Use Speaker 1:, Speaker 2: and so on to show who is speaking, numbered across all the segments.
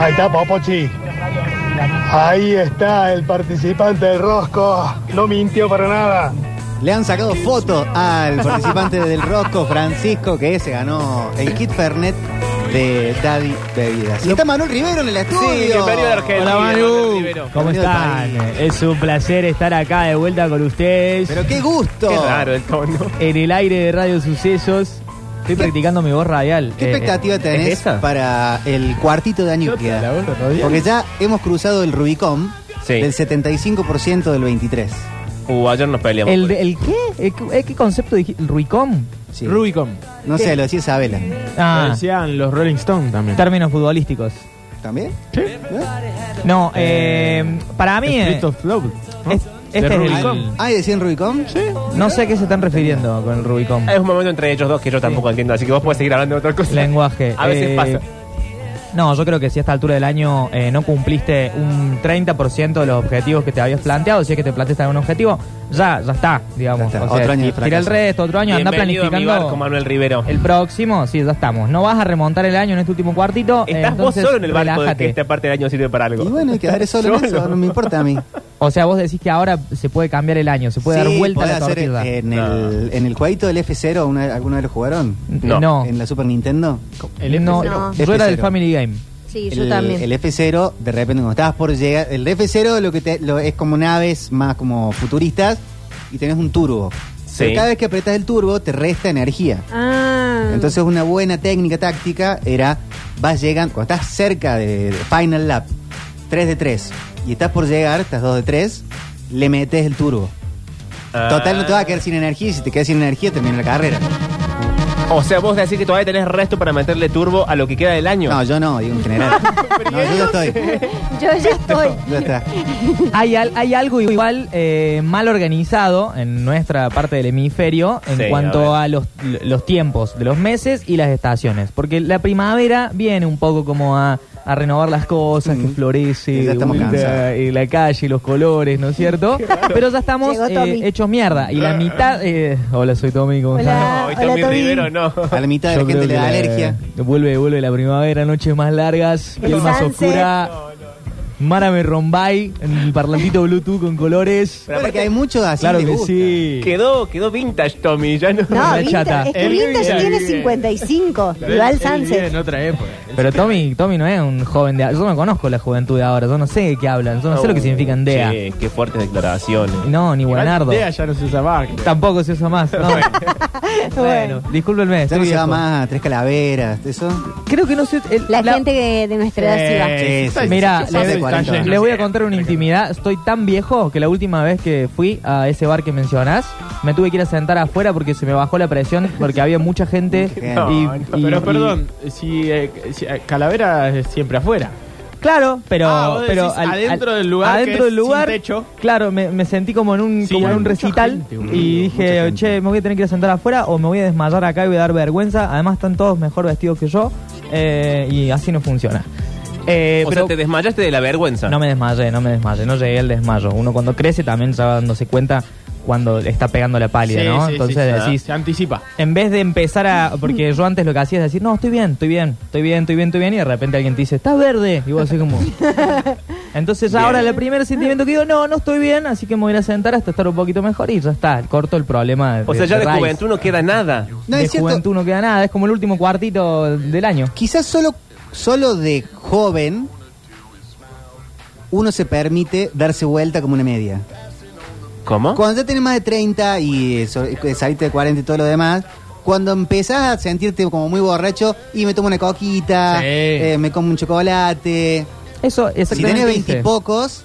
Speaker 1: Ahí está, Popochi. Ahí está el participante del Rosco. No mintió para nada.
Speaker 2: Le han sacado fotos al participante del Rosco, Francisco, que se ganó el kit Fernet de Daddy Bebidas. Y está Manuel Rivero en el estudio.
Speaker 3: Sí, bienvenido a Argentina.
Speaker 4: Hola,
Speaker 3: Manuel
Speaker 4: Manu.
Speaker 3: Rivero.
Speaker 4: ¿Cómo
Speaker 2: Bienvenido al
Speaker 4: están?
Speaker 2: país.
Speaker 4: Es un placer estar acá de vuelta con ustedes
Speaker 2: Pero qué gusto.
Speaker 3: Qué raro el tono.
Speaker 4: en el aire de Radio Sucesos. Estoy practicando mi voz radial.
Speaker 2: ¿Qué
Speaker 4: Eh,
Speaker 2: expectativa
Speaker 4: eh,
Speaker 2: tenés
Speaker 4: ¿es esa?
Speaker 2: para el cuartito de año que queda? Porque ya hemos cruzado el Rubicón
Speaker 3: Sí.
Speaker 2: del 75% del 23.
Speaker 3: Uh, ayer nos peleamos.
Speaker 4: ¿El,
Speaker 3: por
Speaker 4: de- el qué? ¿El, qué- qué concepto dijiste? ¿El Ruicom?
Speaker 2: Sí.
Speaker 5: Rubicon.
Speaker 2: No sé, lo decía Isabela.
Speaker 5: Lo
Speaker 4: Ah,
Speaker 1: Eh,
Speaker 5: decían los Rolling Stones también.
Speaker 4: términos futbolísticos.
Speaker 2: ¿También?
Speaker 4: No, eh, para mí. eh,
Speaker 5: Street of Love. ¿no?
Speaker 4: es-
Speaker 5: De
Speaker 4: este es el-
Speaker 5: Rubicon.
Speaker 2: Ah, ¿y decían Rubicon? Sí.
Speaker 4: no sé a qué se están refiriendo con el Ruicom.
Speaker 3: eso. Es un momento entre ellos dos que yo tampoco entiendo, así que vos podés seguir hablando de otra cosa.
Speaker 4: Lenguaje.
Speaker 3: A veces
Speaker 4: Eh,
Speaker 3: pasa.
Speaker 4: No, yo creo que si a esta altura del año eh, no cumpliste un 30% de los objetivos que te habías planteado, si es que te planteaste algún objetivo, ya, ya está, digamos.
Speaker 2: Ya está, otro año de
Speaker 4: ti- tira el
Speaker 2: fracaso.
Speaker 4: resto, otro año, anda
Speaker 3: Bienvenido a mi barco,
Speaker 4: planificando.
Speaker 3: Manuel Rivero.
Speaker 4: El próximo, sí, ya estamos. No vas a remontar el año en este último cuartito. eh,
Speaker 3: Estás vos
Speaker 4: entonces,
Speaker 3: solo en el barco de que este-
Speaker 4: relájate.
Speaker 3: esta parte del año sirve para
Speaker 2: Y
Speaker 3: algo.
Speaker 2: bueno, hay que dar solo, en eso, no me importa a mí.
Speaker 4: O sea, vos decís que ahora se puede cambiar el año, se puede
Speaker 2: Sí,
Speaker 4: dar vuelta a
Speaker 2: podés
Speaker 4: la
Speaker 2: hacer eh,
Speaker 4: tortilla.
Speaker 2: en el, en el jueguito del F0, una- ¿alguna vez lo jugaron?
Speaker 3: no.
Speaker 2: ¿En la Super Nintendo?
Speaker 5: El
Speaker 4: no,
Speaker 6: F0.
Speaker 4: yo era del
Speaker 2: F0.
Speaker 4: Family Game.
Speaker 6: Sí, yo
Speaker 2: el,
Speaker 6: también.
Speaker 2: el F0, de repente cuando estabas por llegar, el F0 lo que te- lo- es como naves más como futuristas y tenés un turbo.
Speaker 3: Sí.
Speaker 2: Pero cada vez que apretas el turbo te resta energía.
Speaker 6: Ah.
Speaker 2: Entonces una buena técnica táctica era, vas llegando, cuando estás cerca de, de Final Lap, 3 de 3, y estás por llegar, estás 2 de 3, le metes el turbo.
Speaker 3: Ah.
Speaker 2: Total, no te vas a quedar sin energía y si te quedas sin energía termina la carrera.
Speaker 3: O sea, vos decís que todavía tenés resto para meterle turbo a lo que queda del año.
Speaker 2: No, yo no, digo en general. No, yo ya estoy.
Speaker 6: Yo ya estoy.
Speaker 2: Ya está.
Speaker 4: Hay, al- hay algo igual eh, mal organizado en nuestra parte del hemisferio en
Speaker 3: Sí,
Speaker 4: cuanto
Speaker 3: a
Speaker 4: a, los, los tiempos de los meses y las estaciones. Porque la primavera viene un poco como a, a renovar las cosas, que
Speaker 2: Mm.
Speaker 4: florece,
Speaker 2: Que ya estamos
Speaker 4: vuelta,
Speaker 2: cansados.
Speaker 4: eh, la calle, los colores, ¿no es cierto? Pero ya estamos
Speaker 6: Llegó
Speaker 4: eh,
Speaker 6: Tommy.
Speaker 4: hechos mierda. Y la mitad... eh, hola, soy Tommy, ¿cómo
Speaker 6: Hola.
Speaker 4: estás?
Speaker 3: No, hoy
Speaker 6: Hola,
Speaker 3: Tommy
Speaker 6: Tommy.
Speaker 3: Rivero no.
Speaker 2: A la mitad de
Speaker 4: Yo
Speaker 2: la gente
Speaker 4: creo
Speaker 2: le
Speaker 4: que
Speaker 2: da
Speaker 4: la-
Speaker 2: alergia.
Speaker 4: Vuelve, vuelve la primavera, noches más largas, piel más
Speaker 6: Sunset.
Speaker 4: oscura. Márame Rombay en el parlantito Bluetooth con colores.
Speaker 2: Bueno, porque hay muchos así
Speaker 4: Claro
Speaker 2: les
Speaker 4: que
Speaker 2: gusta.
Speaker 4: sí.
Speaker 3: Quedó, quedó vintage Tommy, ya no.
Speaker 6: No,
Speaker 4: La
Speaker 6: Vintage,
Speaker 4: chata.
Speaker 6: es que
Speaker 5: Él
Speaker 6: Vintage
Speaker 5: vive-
Speaker 6: tiene
Speaker 5: vive-
Speaker 6: 55.
Speaker 5: Él-
Speaker 6: Y va al
Speaker 5: él vive
Speaker 6: Sunset.
Speaker 5: en otra época.
Speaker 4: Pero Tommy, Tommy no es un joven de ahora. Yo no conozco la juventud de ahora. Yo no sé de qué hablan. Yo no
Speaker 2: Oh,
Speaker 4: sé lo que significan DEA.
Speaker 3: Sí, qué fuertes declaraciones.
Speaker 4: No, ni Buenardo.
Speaker 5: Igual ya no se usaba.
Speaker 4: Tampoco se usa más. No. bueno, discúlpenme.
Speaker 2: Ya
Speaker 4: estoy
Speaker 2: no se va
Speaker 4: viejo.
Speaker 2: más a tres calaveras, eso.
Speaker 4: Creo que no sé. el-
Speaker 6: La, gente de, de nuestra edad sí va.
Speaker 3: Eh,
Speaker 2: Sí, sí.
Speaker 4: Mira,
Speaker 2: Sí,
Speaker 4: le,
Speaker 2: sí, sí,
Speaker 4: le-
Speaker 2: sí,
Speaker 4: le
Speaker 2: sí.
Speaker 4: voy a contar una intimidad. Estoy tan viejo que la última vez que fui a ese bar que mencionás, me tuve que ir a sentar afuera porque se me bajó la presión porque había mucha gente.
Speaker 2: No,
Speaker 4: y- y-
Speaker 5: Pero
Speaker 4: y-
Speaker 5: perdón, si, eh, si, eh, Calavera es siempre afuera.
Speaker 4: Claro, pero,
Speaker 5: Ah, vos
Speaker 4: pero
Speaker 5: decís adentro del lugar que
Speaker 4: adentro
Speaker 5: es
Speaker 4: del lugar,
Speaker 5: sin techo.
Speaker 4: claro, me, me sentí como en un
Speaker 5: Sí,
Speaker 4: como en
Speaker 5: hay
Speaker 4: un
Speaker 5: mucha
Speaker 4: recital
Speaker 5: gente, boludo,
Speaker 4: y
Speaker 2: mucha
Speaker 4: dije,
Speaker 2: gente.
Speaker 4: che, me voy a tener que ir a sentar afuera o me voy a desmayar acá y voy a dar vergüenza. Además están todos mejor vestidos que yo eh, y así no funciona. Eh,
Speaker 3: o
Speaker 4: pero
Speaker 3: sea, te desmayaste de la vergüenza.
Speaker 4: no me desmayé, no me desmayé, no llegué al desmayo. Uno cuando crece también ya va dándose cuenta cuando le está pegando la pálida,
Speaker 5: Sí,
Speaker 4: ¿no?
Speaker 5: sí, sí,
Speaker 4: Entonces
Speaker 5: sí,
Speaker 4: decís,
Speaker 5: Se anticipa.
Speaker 4: en vez de empezar a. Porque yo antes lo que hacía es decir, no, estoy bien, estoy bien, estoy bien, estoy bien, estoy bien. Y de repente alguien te dice, estás verde. Y vos así como. Entonces ya ahora el primer sentimiento que digo, no, no estoy bien, así que me voy a ir a sentar hasta estar un poquito mejor y ya está, corto el problema.
Speaker 3: O sea, ya de
Speaker 4: raíz.
Speaker 3: juventud no queda nada.
Speaker 2: No,
Speaker 4: de
Speaker 2: es cierto.
Speaker 4: juventud no queda nada, es como el último cuartito del año.
Speaker 2: Quizás solo, solo de joven uno se permite darse vuelta como una media.
Speaker 3: ¿Cómo?
Speaker 2: Cuando ya tenés más de 30 y eh, so- eh, saliste de 40 y todo lo demás, cuando empezás a sentirte como muy borracho y me tomo una coquita,
Speaker 5: Sí.
Speaker 2: eh, me como un chocolate.
Speaker 4: Eso,
Speaker 2: Si
Speaker 4: exactamente.
Speaker 2: tenés 20
Speaker 4: dice.
Speaker 2: y pocos,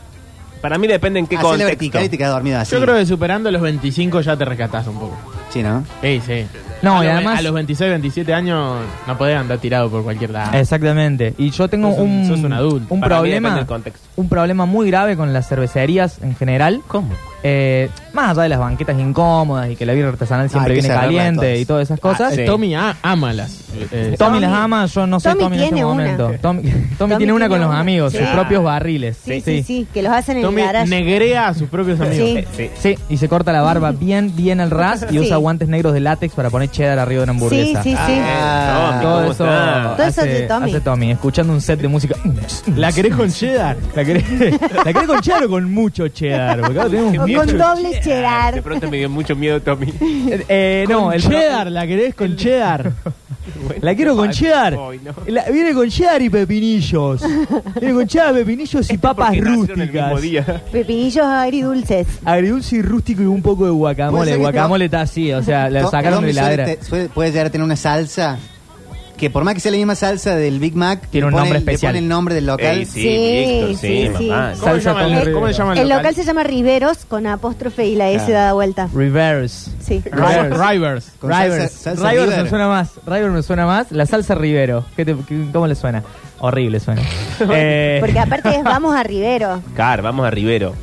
Speaker 3: Para mí depende en qué
Speaker 2: hacés la vertical y te
Speaker 3: contexto.
Speaker 2: quedas dormido así.
Speaker 5: Yo creo que superando los 25 ya te rescatás un poco.
Speaker 2: Sí, ¿no?
Speaker 5: Sí, sí.
Speaker 4: No,
Speaker 5: a
Speaker 4: y
Speaker 5: los-
Speaker 4: además-
Speaker 5: A los 26, 27 años no podés andar tirado por cualquier lado.
Speaker 4: Exactamente. Y yo tengo
Speaker 5: Sos un-
Speaker 4: un,
Speaker 5: sos un adulto.
Speaker 4: un
Speaker 3: Para mí depende
Speaker 4: problema
Speaker 3: del contexto.
Speaker 4: un problema muy grave con las cervecerías en general.
Speaker 3: ¿Cómo?
Speaker 4: Eh, más allá de las banquetas incómodas y que la birra artesanal siempre
Speaker 2: Hay que
Speaker 4: viene
Speaker 2: cerrarla
Speaker 4: caliente
Speaker 2: entonces.
Speaker 4: y todas esas cosas.
Speaker 5: Ah,
Speaker 3: sí.
Speaker 5: Tommy a- ama las. eh,
Speaker 4: Tommy
Speaker 6: Tommy-
Speaker 4: las ama, yo no soy
Speaker 6: Tommy
Speaker 4: Tommy en este
Speaker 6: tiene una.
Speaker 4: momento. Tommy, Tommy tiene
Speaker 6: tiene
Speaker 4: una con los
Speaker 6: una.
Speaker 4: amigos,
Speaker 6: Sí.
Speaker 4: sus
Speaker 6: Ah.
Speaker 4: propios barriles.
Speaker 6: Sí, sí, sí, que los hacen en
Speaker 5: Tommy
Speaker 6: el garage.
Speaker 5: negrea a sus propios amigos.
Speaker 6: Sí.
Speaker 3: Sí.
Speaker 4: Sí, y se corta la barba bien, bien al ras y
Speaker 6: Sí.
Speaker 4: usa guantes negros de látex para poner cheddar arriba de una
Speaker 6: Sí,
Speaker 4: hamburguesa.
Speaker 6: sí,
Speaker 3: Ah,
Speaker 6: sí.
Speaker 2: Ah,
Speaker 3: Tommy,
Speaker 4: Todo
Speaker 3: ¿cómo
Speaker 4: eso
Speaker 3: está?
Speaker 6: Todo eso
Speaker 4: hace,
Speaker 6: de Tommy.
Speaker 4: hace Tommy, escuchando un set de música.
Speaker 5: ¿La querés con cheddar?
Speaker 4: ¿La querés, la querés con cheddar o con mucho cheddar? Porque ahora tenemos
Speaker 6: O
Speaker 4: mucho-
Speaker 6: con doble
Speaker 3: Ah, De
Speaker 6: cheddar.
Speaker 3: pronto me dio mucho miedo, Tommy.
Speaker 4: Eh, eh, no,
Speaker 5: con
Speaker 4: el
Speaker 5: cheddar, ¿la querés con cheddar?
Speaker 4: La quiero con cheddar.
Speaker 3: Ay, no.
Speaker 4: La- viene con cheddar y pepinillos. Viene con cheddar, pepinillos y papas
Speaker 3: Este Porque nacieron el mismo
Speaker 4: rústicas.
Speaker 3: día.
Speaker 6: Pepinillos agridulces.
Speaker 4: Agridulce y rústico y un poco
Speaker 2: Puede
Speaker 4: de guacamole.
Speaker 2: ser
Speaker 4: El
Speaker 2: que
Speaker 4: guacamole está así, o sea, la
Speaker 2: To-
Speaker 4: sacaron de
Speaker 2: Tommy
Speaker 4: la
Speaker 2: suele
Speaker 4: heladera.
Speaker 2: te- suele- puede llegar a tener una salsa que por más que sea la misma salsa del Big Mac, le
Speaker 4: Tiene un
Speaker 2: ponen- Le
Speaker 4: nombre especial.
Speaker 2: ponen el nombre del local.
Speaker 3: Ey, sí,
Speaker 6: Sí,
Speaker 3: Víctor, sí,
Speaker 6: sí, sí.
Speaker 3: mamá.
Speaker 5: ¿Cómo le
Speaker 4: Salsa
Speaker 5: llaman,
Speaker 6: Tommy
Speaker 5: el, ¿cómo le llaman
Speaker 6: El local
Speaker 5: local?
Speaker 6: se llama Riveros con apóstrofe y la S
Speaker 2: Claro.
Speaker 6: dada vuelta.
Speaker 4: Reverse.
Speaker 6: Sí.
Speaker 5: Rivers. Rivers.
Speaker 2: Con salsa-
Speaker 4: Rivers.
Speaker 2: salsa
Speaker 4: Rivers
Speaker 2: River.
Speaker 4: me suena más. Rivers me suena más. La salsa Rivero. ¿Qué te- qué- ¿Cómo le suena? Horrible suena. Eh,
Speaker 6: Porque aparte es vamos a Rivero.
Speaker 3: Car, vamos a Rivero.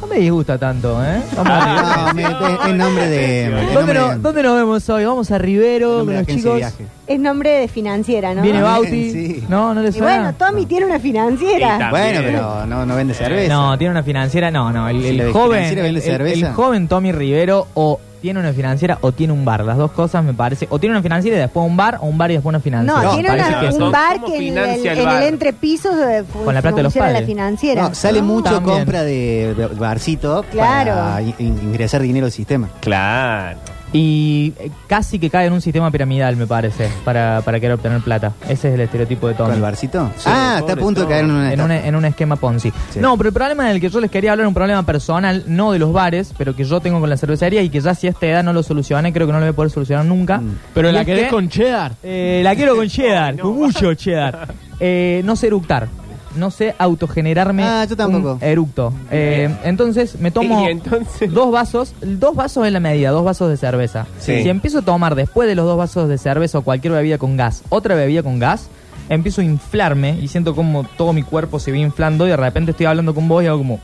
Speaker 4: no me disgusta tanto, ¿eh? Vamos a-
Speaker 2: Ah, no, me- es- es nombre de. es
Speaker 4: ¿Dónde,
Speaker 2: nombre
Speaker 4: no-
Speaker 2: de-
Speaker 4: dónde nos vemos hoy? Vamos a
Speaker 2: es
Speaker 4: Rivero
Speaker 2: nombre
Speaker 4: con
Speaker 2: de
Speaker 4: los
Speaker 2: agencia de
Speaker 4: chicos.
Speaker 2: viaje.
Speaker 6: Es nombre de financiera, ¿no?
Speaker 4: Viene
Speaker 2: Ah,
Speaker 4: Bauti.
Speaker 2: sí.
Speaker 4: No, no le
Speaker 6: y
Speaker 4: suena.
Speaker 6: bueno, Tommy tiene una
Speaker 3: Sí,
Speaker 6: financiera.
Speaker 3: está.
Speaker 2: Bueno,
Speaker 3: También.
Speaker 2: pero no, no vende cerveza.
Speaker 4: No, tiene una financiera, no, no. El,
Speaker 2: Si
Speaker 4: el
Speaker 2: la de
Speaker 4: joven,
Speaker 2: financiera
Speaker 4: el,
Speaker 2: vende
Speaker 4: el-
Speaker 2: cerveza.
Speaker 4: el joven Tommy Rivero o tiene una financiera o tiene un bar. Las dos cosas me parece. O tiene una financiera y después un bar o un bar y después una financiera.
Speaker 6: No,
Speaker 2: No,
Speaker 6: tiene
Speaker 4: parece
Speaker 6: una-
Speaker 4: que
Speaker 3: eso.
Speaker 6: un
Speaker 4: son-
Speaker 6: bar
Speaker 3: ¿Cómo
Speaker 6: que en el,
Speaker 3: financia el
Speaker 6: en el
Speaker 3: bar?
Speaker 6: entrepiso eh, fu-
Speaker 4: Con la plata de los
Speaker 6: funciona
Speaker 4: padres.
Speaker 6: la financiera. Ah,
Speaker 2: No, sale mucho
Speaker 4: También.
Speaker 2: compra de, de barcito
Speaker 6: Claro.
Speaker 2: para in- ingresar dinero al sistema.
Speaker 3: Claro.
Speaker 4: Y eh, casi que cae en un sistema piramidal, me parece, para, para querer obtener plata. Ese es el estereotipo de
Speaker 2: ¿Con
Speaker 4: Tommy.
Speaker 2: el barcito? ah, está a
Speaker 3: pobre
Speaker 2: punto de
Speaker 3: Tom.
Speaker 2: caer en una
Speaker 4: en,
Speaker 2: estafa.
Speaker 4: un- en un esquema Ponzi.
Speaker 2: Sí.
Speaker 4: No, pero el problema del que yo les quería hablar es un problema personal, no de los bares, pero que yo tengo con la cervecería y que ya si a esta edad no lo solucioné, creo que no lo voy a poder solucionar nunca.
Speaker 2: Mm.
Speaker 5: Pero
Speaker 4: Y
Speaker 5: la
Speaker 4: es
Speaker 5: querés
Speaker 4: que,
Speaker 5: con cheddar.
Speaker 4: eh, la quiero con cheddar, con mucho cheddar. Eh, no sé eructar. No sé autogenerarme
Speaker 2: Ah, yo tampoco.
Speaker 4: un eructo. Eh, entonces me tomo
Speaker 3: Y entonces-
Speaker 4: dos vasos, dos vasos en la medida, dos vasos de cerveza.
Speaker 2: Sí.
Speaker 4: Si empiezo a tomar después de los dos vasos de cerveza o cualquier bebida con gas, otra bebida con gas, empiezo a inflarme y siento como todo mi cuerpo se va inflando y de repente estoy hablando con vos y hago como...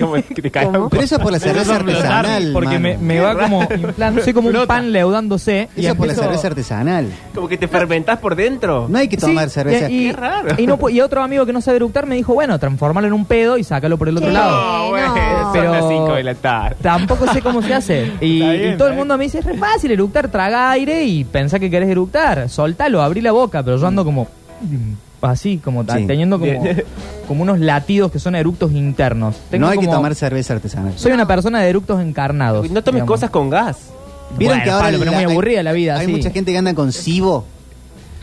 Speaker 3: ¿Cómo es que te cae
Speaker 6: ¿Cómo?
Speaker 2: Pero eso es por la cerveza artesanal.
Speaker 4: porque me,
Speaker 2: mano.
Speaker 4: me va como inflando, soy como un pan leudándose. y
Speaker 2: Eso es por la
Speaker 4: empiezo-
Speaker 2: cerveza artesanal.
Speaker 3: Como que te fermentás por dentro.
Speaker 2: No hay que
Speaker 4: Sí,
Speaker 2: tomar cerveza.
Speaker 4: Y, y-
Speaker 3: Qué raro.
Speaker 4: Y, no pu- y otro amigo que no sabe eructar me dijo, bueno, transformarlo en un pedo y sácalo por el otro
Speaker 6: Sí.
Speaker 4: lado.
Speaker 6: No,
Speaker 3: Ah, bueno,
Speaker 6: no.
Speaker 3: son
Speaker 4: Pero-
Speaker 3: las 5 de la tarde.
Speaker 4: Tampoco sé cómo se hace. Y,
Speaker 5: Está
Speaker 4: y
Speaker 5: bien,
Speaker 4: todo
Speaker 5: está
Speaker 4: el mundo me dice, es re fácil eructar, traga aire y pensá que querés eructar. Soltalo, abrí la boca, pero yo ando como mm, así, como ta-
Speaker 2: Sí.
Speaker 4: teniendo como,
Speaker 3: Bien.
Speaker 4: como unos latidos que son eructos internos. Tengo
Speaker 2: no hay que
Speaker 4: como-
Speaker 2: tomar cerveza artesanal.
Speaker 4: Soy una persona de eructos encarnados.
Speaker 3: No tomes
Speaker 4: digamos.
Speaker 3: cosas con gas.
Speaker 2: ¿Vieron
Speaker 4: Bueno,
Speaker 2: que ahora
Speaker 4: Pablo, pero
Speaker 2: la-
Speaker 4: muy aburrida la vida,
Speaker 2: Hay
Speaker 4: sí.
Speaker 2: mucha gente que anda con cibo.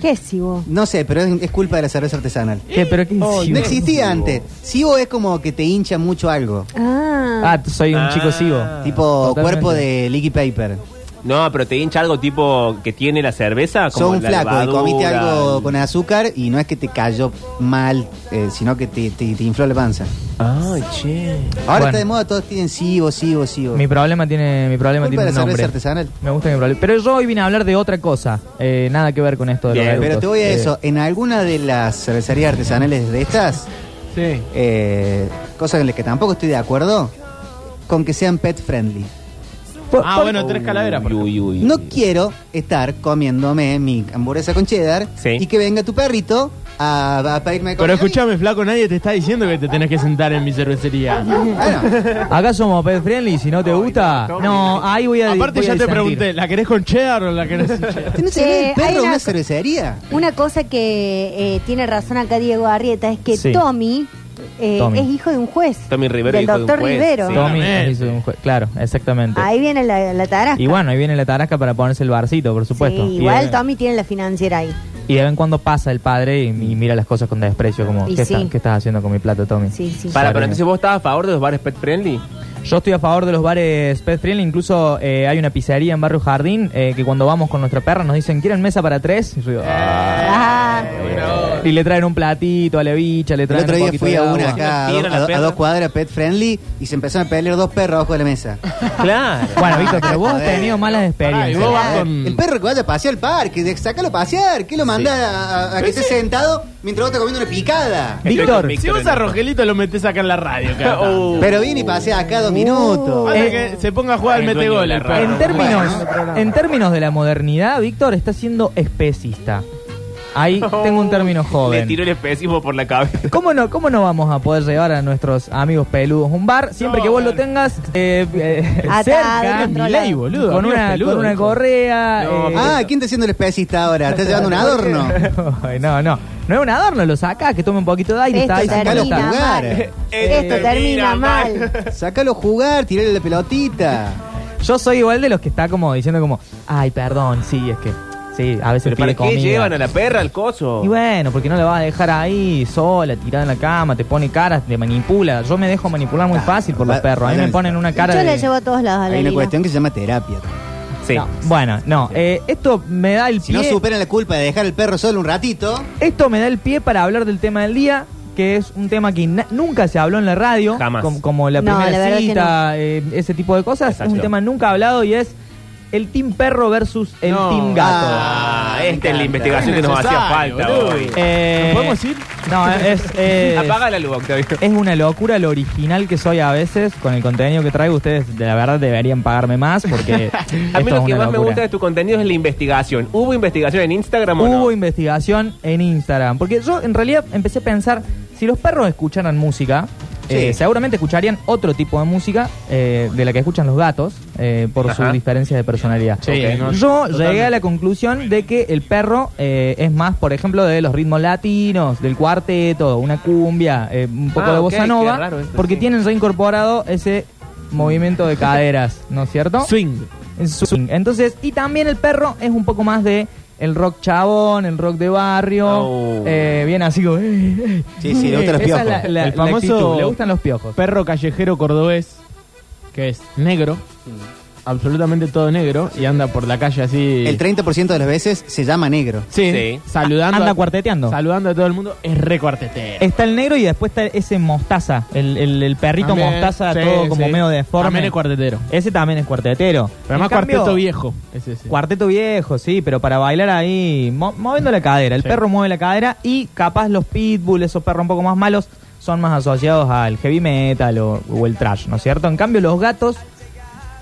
Speaker 6: ¿Qué es Sibo?
Speaker 2: No sé, pero es, es culpa de la cerveza artesanal.
Speaker 4: ¿Qué? ¿Pero qué
Speaker 3: Oh,
Speaker 4: sigo?
Speaker 2: No existía antes. Cibo es como que te hincha mucho algo.
Speaker 6: Ah,
Speaker 4: Ah, t- soy un
Speaker 3: Ah.
Speaker 4: chico sigo.
Speaker 2: tipo
Speaker 4: totalmente.
Speaker 2: cuerpo de leaky paper.
Speaker 3: No, pero te hincha algo tipo que tiene la cerveza. Como
Speaker 2: Sos un
Speaker 3: la
Speaker 2: flaco y
Speaker 3: levadura.
Speaker 2: comiste algo con azúcar y no es que te cayó mal, eh, sino que te, te- te infló la panza.
Speaker 3: Ay, che.
Speaker 2: Ahora
Speaker 4: Bueno.
Speaker 2: está de moda, todos tienen cibo, cibo, cibo.
Speaker 4: Mi problema tiene, mi problema
Speaker 2: Culpa
Speaker 4: tiene
Speaker 2: de
Speaker 4: un
Speaker 2: la cerveza
Speaker 4: nombre.
Speaker 2: artesanal.
Speaker 4: Me gusta mi problema. Pero yo hoy vine a hablar de otra cosa. Eh, nada que ver con esto de los
Speaker 3: Bien,
Speaker 2: Pero
Speaker 4: eructos.
Speaker 2: te voy a
Speaker 4: Eh,
Speaker 2: eso. En alguna de las cervecerías artesanales de estas,
Speaker 5: Sí.
Speaker 2: eh, cosas en las que tampoco estoy de acuerdo, con que sean pet friendly.
Speaker 4: por-
Speaker 5: Ah,
Speaker 4: por-
Speaker 5: bueno, tres calaveras. por
Speaker 3: Uy, uy, uy.
Speaker 4: Mm.
Speaker 2: No quiero estar comiéndome mi hamburguesa con cheddar
Speaker 3: Sí.
Speaker 2: y que venga tu perrito a, a pedirme
Speaker 5: Pero
Speaker 2: comida a mí.
Speaker 5: escúchame, flaco, nadie te está diciendo que te tenés que sentar en mi cervecería.
Speaker 2: Bueno,
Speaker 4: Acá somos pet friendly, si no te gusta, no, ahí voy a
Speaker 5: Aparte
Speaker 4: voy a
Speaker 5: ya te
Speaker 4: disentir.
Speaker 5: pregunté, ¿la querés con cheddar o la querés sin cheddar?
Speaker 2: ¿tenés
Speaker 6: Sí,
Speaker 2: el
Speaker 6: hay
Speaker 2: perro
Speaker 6: una-
Speaker 2: una cervecería?
Speaker 6: Una cosa que eh, tiene razón acá Diego Arrieta es que
Speaker 4: Sí.
Speaker 6: Tommy, eh,
Speaker 4: Tommy.
Speaker 6: es hijo de un juez.
Speaker 3: Tommy Rivero,
Speaker 6: Del
Speaker 3: hijo de un
Speaker 6: doctor
Speaker 3: juez,
Speaker 6: Rivero.
Speaker 3: sí.
Speaker 4: Tommy
Speaker 5: Claramente.
Speaker 4: es hizo un jue- claro, exactamente.
Speaker 6: Ahí viene la, la tarasca.
Speaker 4: Y bueno, ahí viene la tarasca para ponerse el barcito, por supuesto.
Speaker 6: Sí,
Speaker 4: Y
Speaker 6: igual
Speaker 4: de-
Speaker 6: Tommy tiene la financiera ahí.
Speaker 4: Y de vez en cuando pasa el padre y, y mira las cosas con desprecio, como,
Speaker 6: Y
Speaker 4: ¿qué,
Speaker 6: sí.
Speaker 4: está- qué estás haciendo con mi plato, Tommy?
Speaker 6: Sí, sí.
Speaker 3: Para,
Speaker 4: Sorry.
Speaker 3: pero entonces vos estás a favor de los bares pet friendly.
Speaker 4: Yo estoy a favor de los bares pet friendly, incluso eh, hay una pizzería en Barrio Jardín eh, que cuando vamos con nuestra perra nos dicen, ¿quieren mesa para tres? Y, yo digo, "Ah".
Speaker 6: Ah,
Speaker 4: Y le traen un platito a la bicha, le
Speaker 2: El
Speaker 4: traen
Speaker 2: otro
Speaker 4: un
Speaker 2: día
Speaker 4: poquito
Speaker 2: fui
Speaker 4: de
Speaker 2: a
Speaker 4: agua.
Speaker 2: una acá, a,
Speaker 3: Tiran
Speaker 2: do-
Speaker 3: la
Speaker 2: a- a
Speaker 3: perra.
Speaker 2: dos cuadras pet friendly y se empezaron a pelear dos perros abajo de la mesa.
Speaker 3: Claro.
Speaker 4: Bueno, Víctor, pero vos has
Speaker 2: Joder.
Speaker 4: tenido malas
Speaker 5: Pará, y
Speaker 4: experiencias.
Speaker 5: vos vas con...
Speaker 3: Mm.
Speaker 2: El perro que vaya a pasear al parque, de- sacalo a pasear, ¿qué lo mandás a, a- a que esté sentado mientras vos estás comiendo una picada?
Speaker 4: Víctor,
Speaker 5: Si vos a Rogelito lo metés acá en la radio, cara.
Speaker 3: Oh.
Speaker 2: Pero viene y pasea acá
Speaker 3: Uh.
Speaker 2: dos minutos.
Speaker 5: Hasta
Speaker 4: Eh,
Speaker 5: que se ponga a jugar al
Speaker 3: el dueño
Speaker 5: metegol
Speaker 3: de la
Speaker 5: el
Speaker 3: radio.
Speaker 5: perro.
Speaker 4: en términos,
Speaker 2: Bueno.
Speaker 4: en términos de la modernidad, Víctor está siendo especista. Ahí tengo un término
Speaker 3: Le
Speaker 4: joven.
Speaker 3: tiró el especismo por la cabeza.
Speaker 4: ¿Cómo no, ¿Cómo no vamos a poder llevar a nuestros amigos peludos un bar siempre que vos lo tengas eh, eh,
Speaker 6: Atado,
Speaker 4: cerca?
Speaker 6: controlado. Milei,
Speaker 5: boludo,
Speaker 4: Con
Speaker 5: amigos
Speaker 4: una,
Speaker 5: peludos,
Speaker 4: con una
Speaker 5: dijo.
Speaker 4: correa.
Speaker 3: No,
Speaker 4: eh,
Speaker 2: Ah, ¿quién está haciendo el especista ahora? ¿Está llevando un adorno?
Speaker 4: Ay, no, no. No es un adorno, lo saca, que tome un poquito de aire.
Speaker 6: Esto
Speaker 4: está ahí,
Speaker 2: sacalo
Speaker 6: termina
Speaker 2: a jugar.
Speaker 6: mal.
Speaker 3: Eh,
Speaker 6: Esto termina mal.
Speaker 2: Sácalo a jugar, tirale la pelotita.
Speaker 4: Yo soy igual de los que está como diciendo como, ay, perdón, sí, es que, sí, a veces
Speaker 3: ¿Pero para
Speaker 4: pide
Speaker 3: qué
Speaker 4: comida.
Speaker 3: llevan a la perra al coso?
Speaker 4: Y bueno, porque no la vas a dejar ahí sola, tirada en la cama, te pone caras, te manipula. Yo me dejo manipular muy
Speaker 2: Ah,
Speaker 4: fácil por los
Speaker 2: va-
Speaker 4: perros. A mí me
Speaker 2: balance.
Speaker 4: ponen una cara
Speaker 6: Yo
Speaker 4: de...
Speaker 6: la llevo a todos lados a la
Speaker 2: Hay una
Speaker 6: Lina.
Speaker 2: cuestión que se llama terapia.
Speaker 3: Sí.
Speaker 4: No, bueno, no, eh, esto me da el
Speaker 2: Si
Speaker 4: pie...
Speaker 2: no superan la culpa de dejar el perro solo un ratito,
Speaker 4: Esto me da el pie para hablar del tema del día, que es un tema que na- nunca se habló en la radio,
Speaker 3: Jamás.
Speaker 4: com- como la
Speaker 6: No,
Speaker 4: primera
Speaker 6: la verdad que
Speaker 4: cita, eh, ese tipo de cosas.
Speaker 3: Exacto.
Speaker 4: Un tema nunca hablado y es el team perro versus el
Speaker 5: No.
Speaker 4: team gato.
Speaker 3: Ah,
Speaker 2: Me
Speaker 3: esta es la
Speaker 2: encanta.
Speaker 3: investigación que nos hacía
Speaker 5: Necesario,
Speaker 3: falta
Speaker 5: boludo.
Speaker 3: hoy.
Speaker 4: Eh,
Speaker 5: ¿Nos podemos ir?
Speaker 4: No, es, es-
Speaker 3: Apaga la luz, Octavio.
Speaker 4: es una locura lo original que soy a veces con el contenido que traigo. Ustedes, de la verdad, deberían pagarme más porque
Speaker 3: A mí
Speaker 4: esto
Speaker 3: lo
Speaker 4: es
Speaker 3: que
Speaker 4: una
Speaker 3: más me
Speaker 4: locura.
Speaker 3: gusta de tu contenido es la investigación. ¿Hubo investigación en Instagram o
Speaker 4: Hubo
Speaker 3: no?
Speaker 4: investigación en Instagram. Porque yo en realidad empecé a pensar, si los perros escucharan música,
Speaker 3: Sí.
Speaker 4: eh, seguramente escucharían otro tipo de música eh, de la que escuchan los gatos eh, por
Speaker 3: Ajá.
Speaker 4: su diferencia de personalidad.
Speaker 5: Sí,
Speaker 4: Ok.
Speaker 5: no,
Speaker 4: yo
Speaker 5: totalmente.
Speaker 4: llegué a la conclusión de que el perro eh, es más, por ejemplo, de los ritmos latinos, del cuarteto, una cumbia, eh, un poco
Speaker 3: Ah,
Speaker 4: de
Speaker 3: ok,
Speaker 4: bossa
Speaker 3: qué
Speaker 4: nova,
Speaker 3: raro esto,
Speaker 4: porque
Speaker 3: sí.
Speaker 4: tienen reincorporado ese movimiento de caderas, ¿no es cierto?
Speaker 5: Swing.
Speaker 4: en swing. Entonces, y también el perro es un poco más de el rock chabón, el rock de barrio,
Speaker 3: Oh.
Speaker 4: eh, bien así como... eh, eh.
Speaker 2: Sí, sí, le gustan los
Speaker 4: Esa
Speaker 2: piojos.
Speaker 4: es la- la-
Speaker 5: El
Speaker 4: la
Speaker 5: famoso-
Speaker 4: actitud, le gustan los piojos.
Speaker 5: Perro callejero cordobés, que es negro, absolutamente todo negro, y anda por la calle así.
Speaker 2: el 30% de las veces se llama negro.
Speaker 5: Sí,
Speaker 3: Sí.
Speaker 5: saludando.
Speaker 4: Anda
Speaker 5: a-
Speaker 4: cuarteteando.
Speaker 5: Saludando a todo el mundo, es recuartetero.
Speaker 4: Está el negro y después está ese mostaza, el, el- el perrito
Speaker 5: También,
Speaker 4: mostaza
Speaker 5: sí,
Speaker 4: todo como
Speaker 5: sí.
Speaker 4: medio deforme.
Speaker 5: También es cuartetero.
Speaker 4: Ese también es cuartetero.
Speaker 5: Pero además
Speaker 4: En cambio,
Speaker 5: cuarteto viejo. Es ese.
Speaker 4: Cuarteto viejo, sí, pero para bailar ahí, mo- moviendo la cadera. El
Speaker 5: Sí.
Speaker 4: perro mueve la cadera y capaz los pitbull, esos perros un poco más malos, son más asociados al heavy metal o, o el trash, ¿no es cierto? En cambio, los gatos,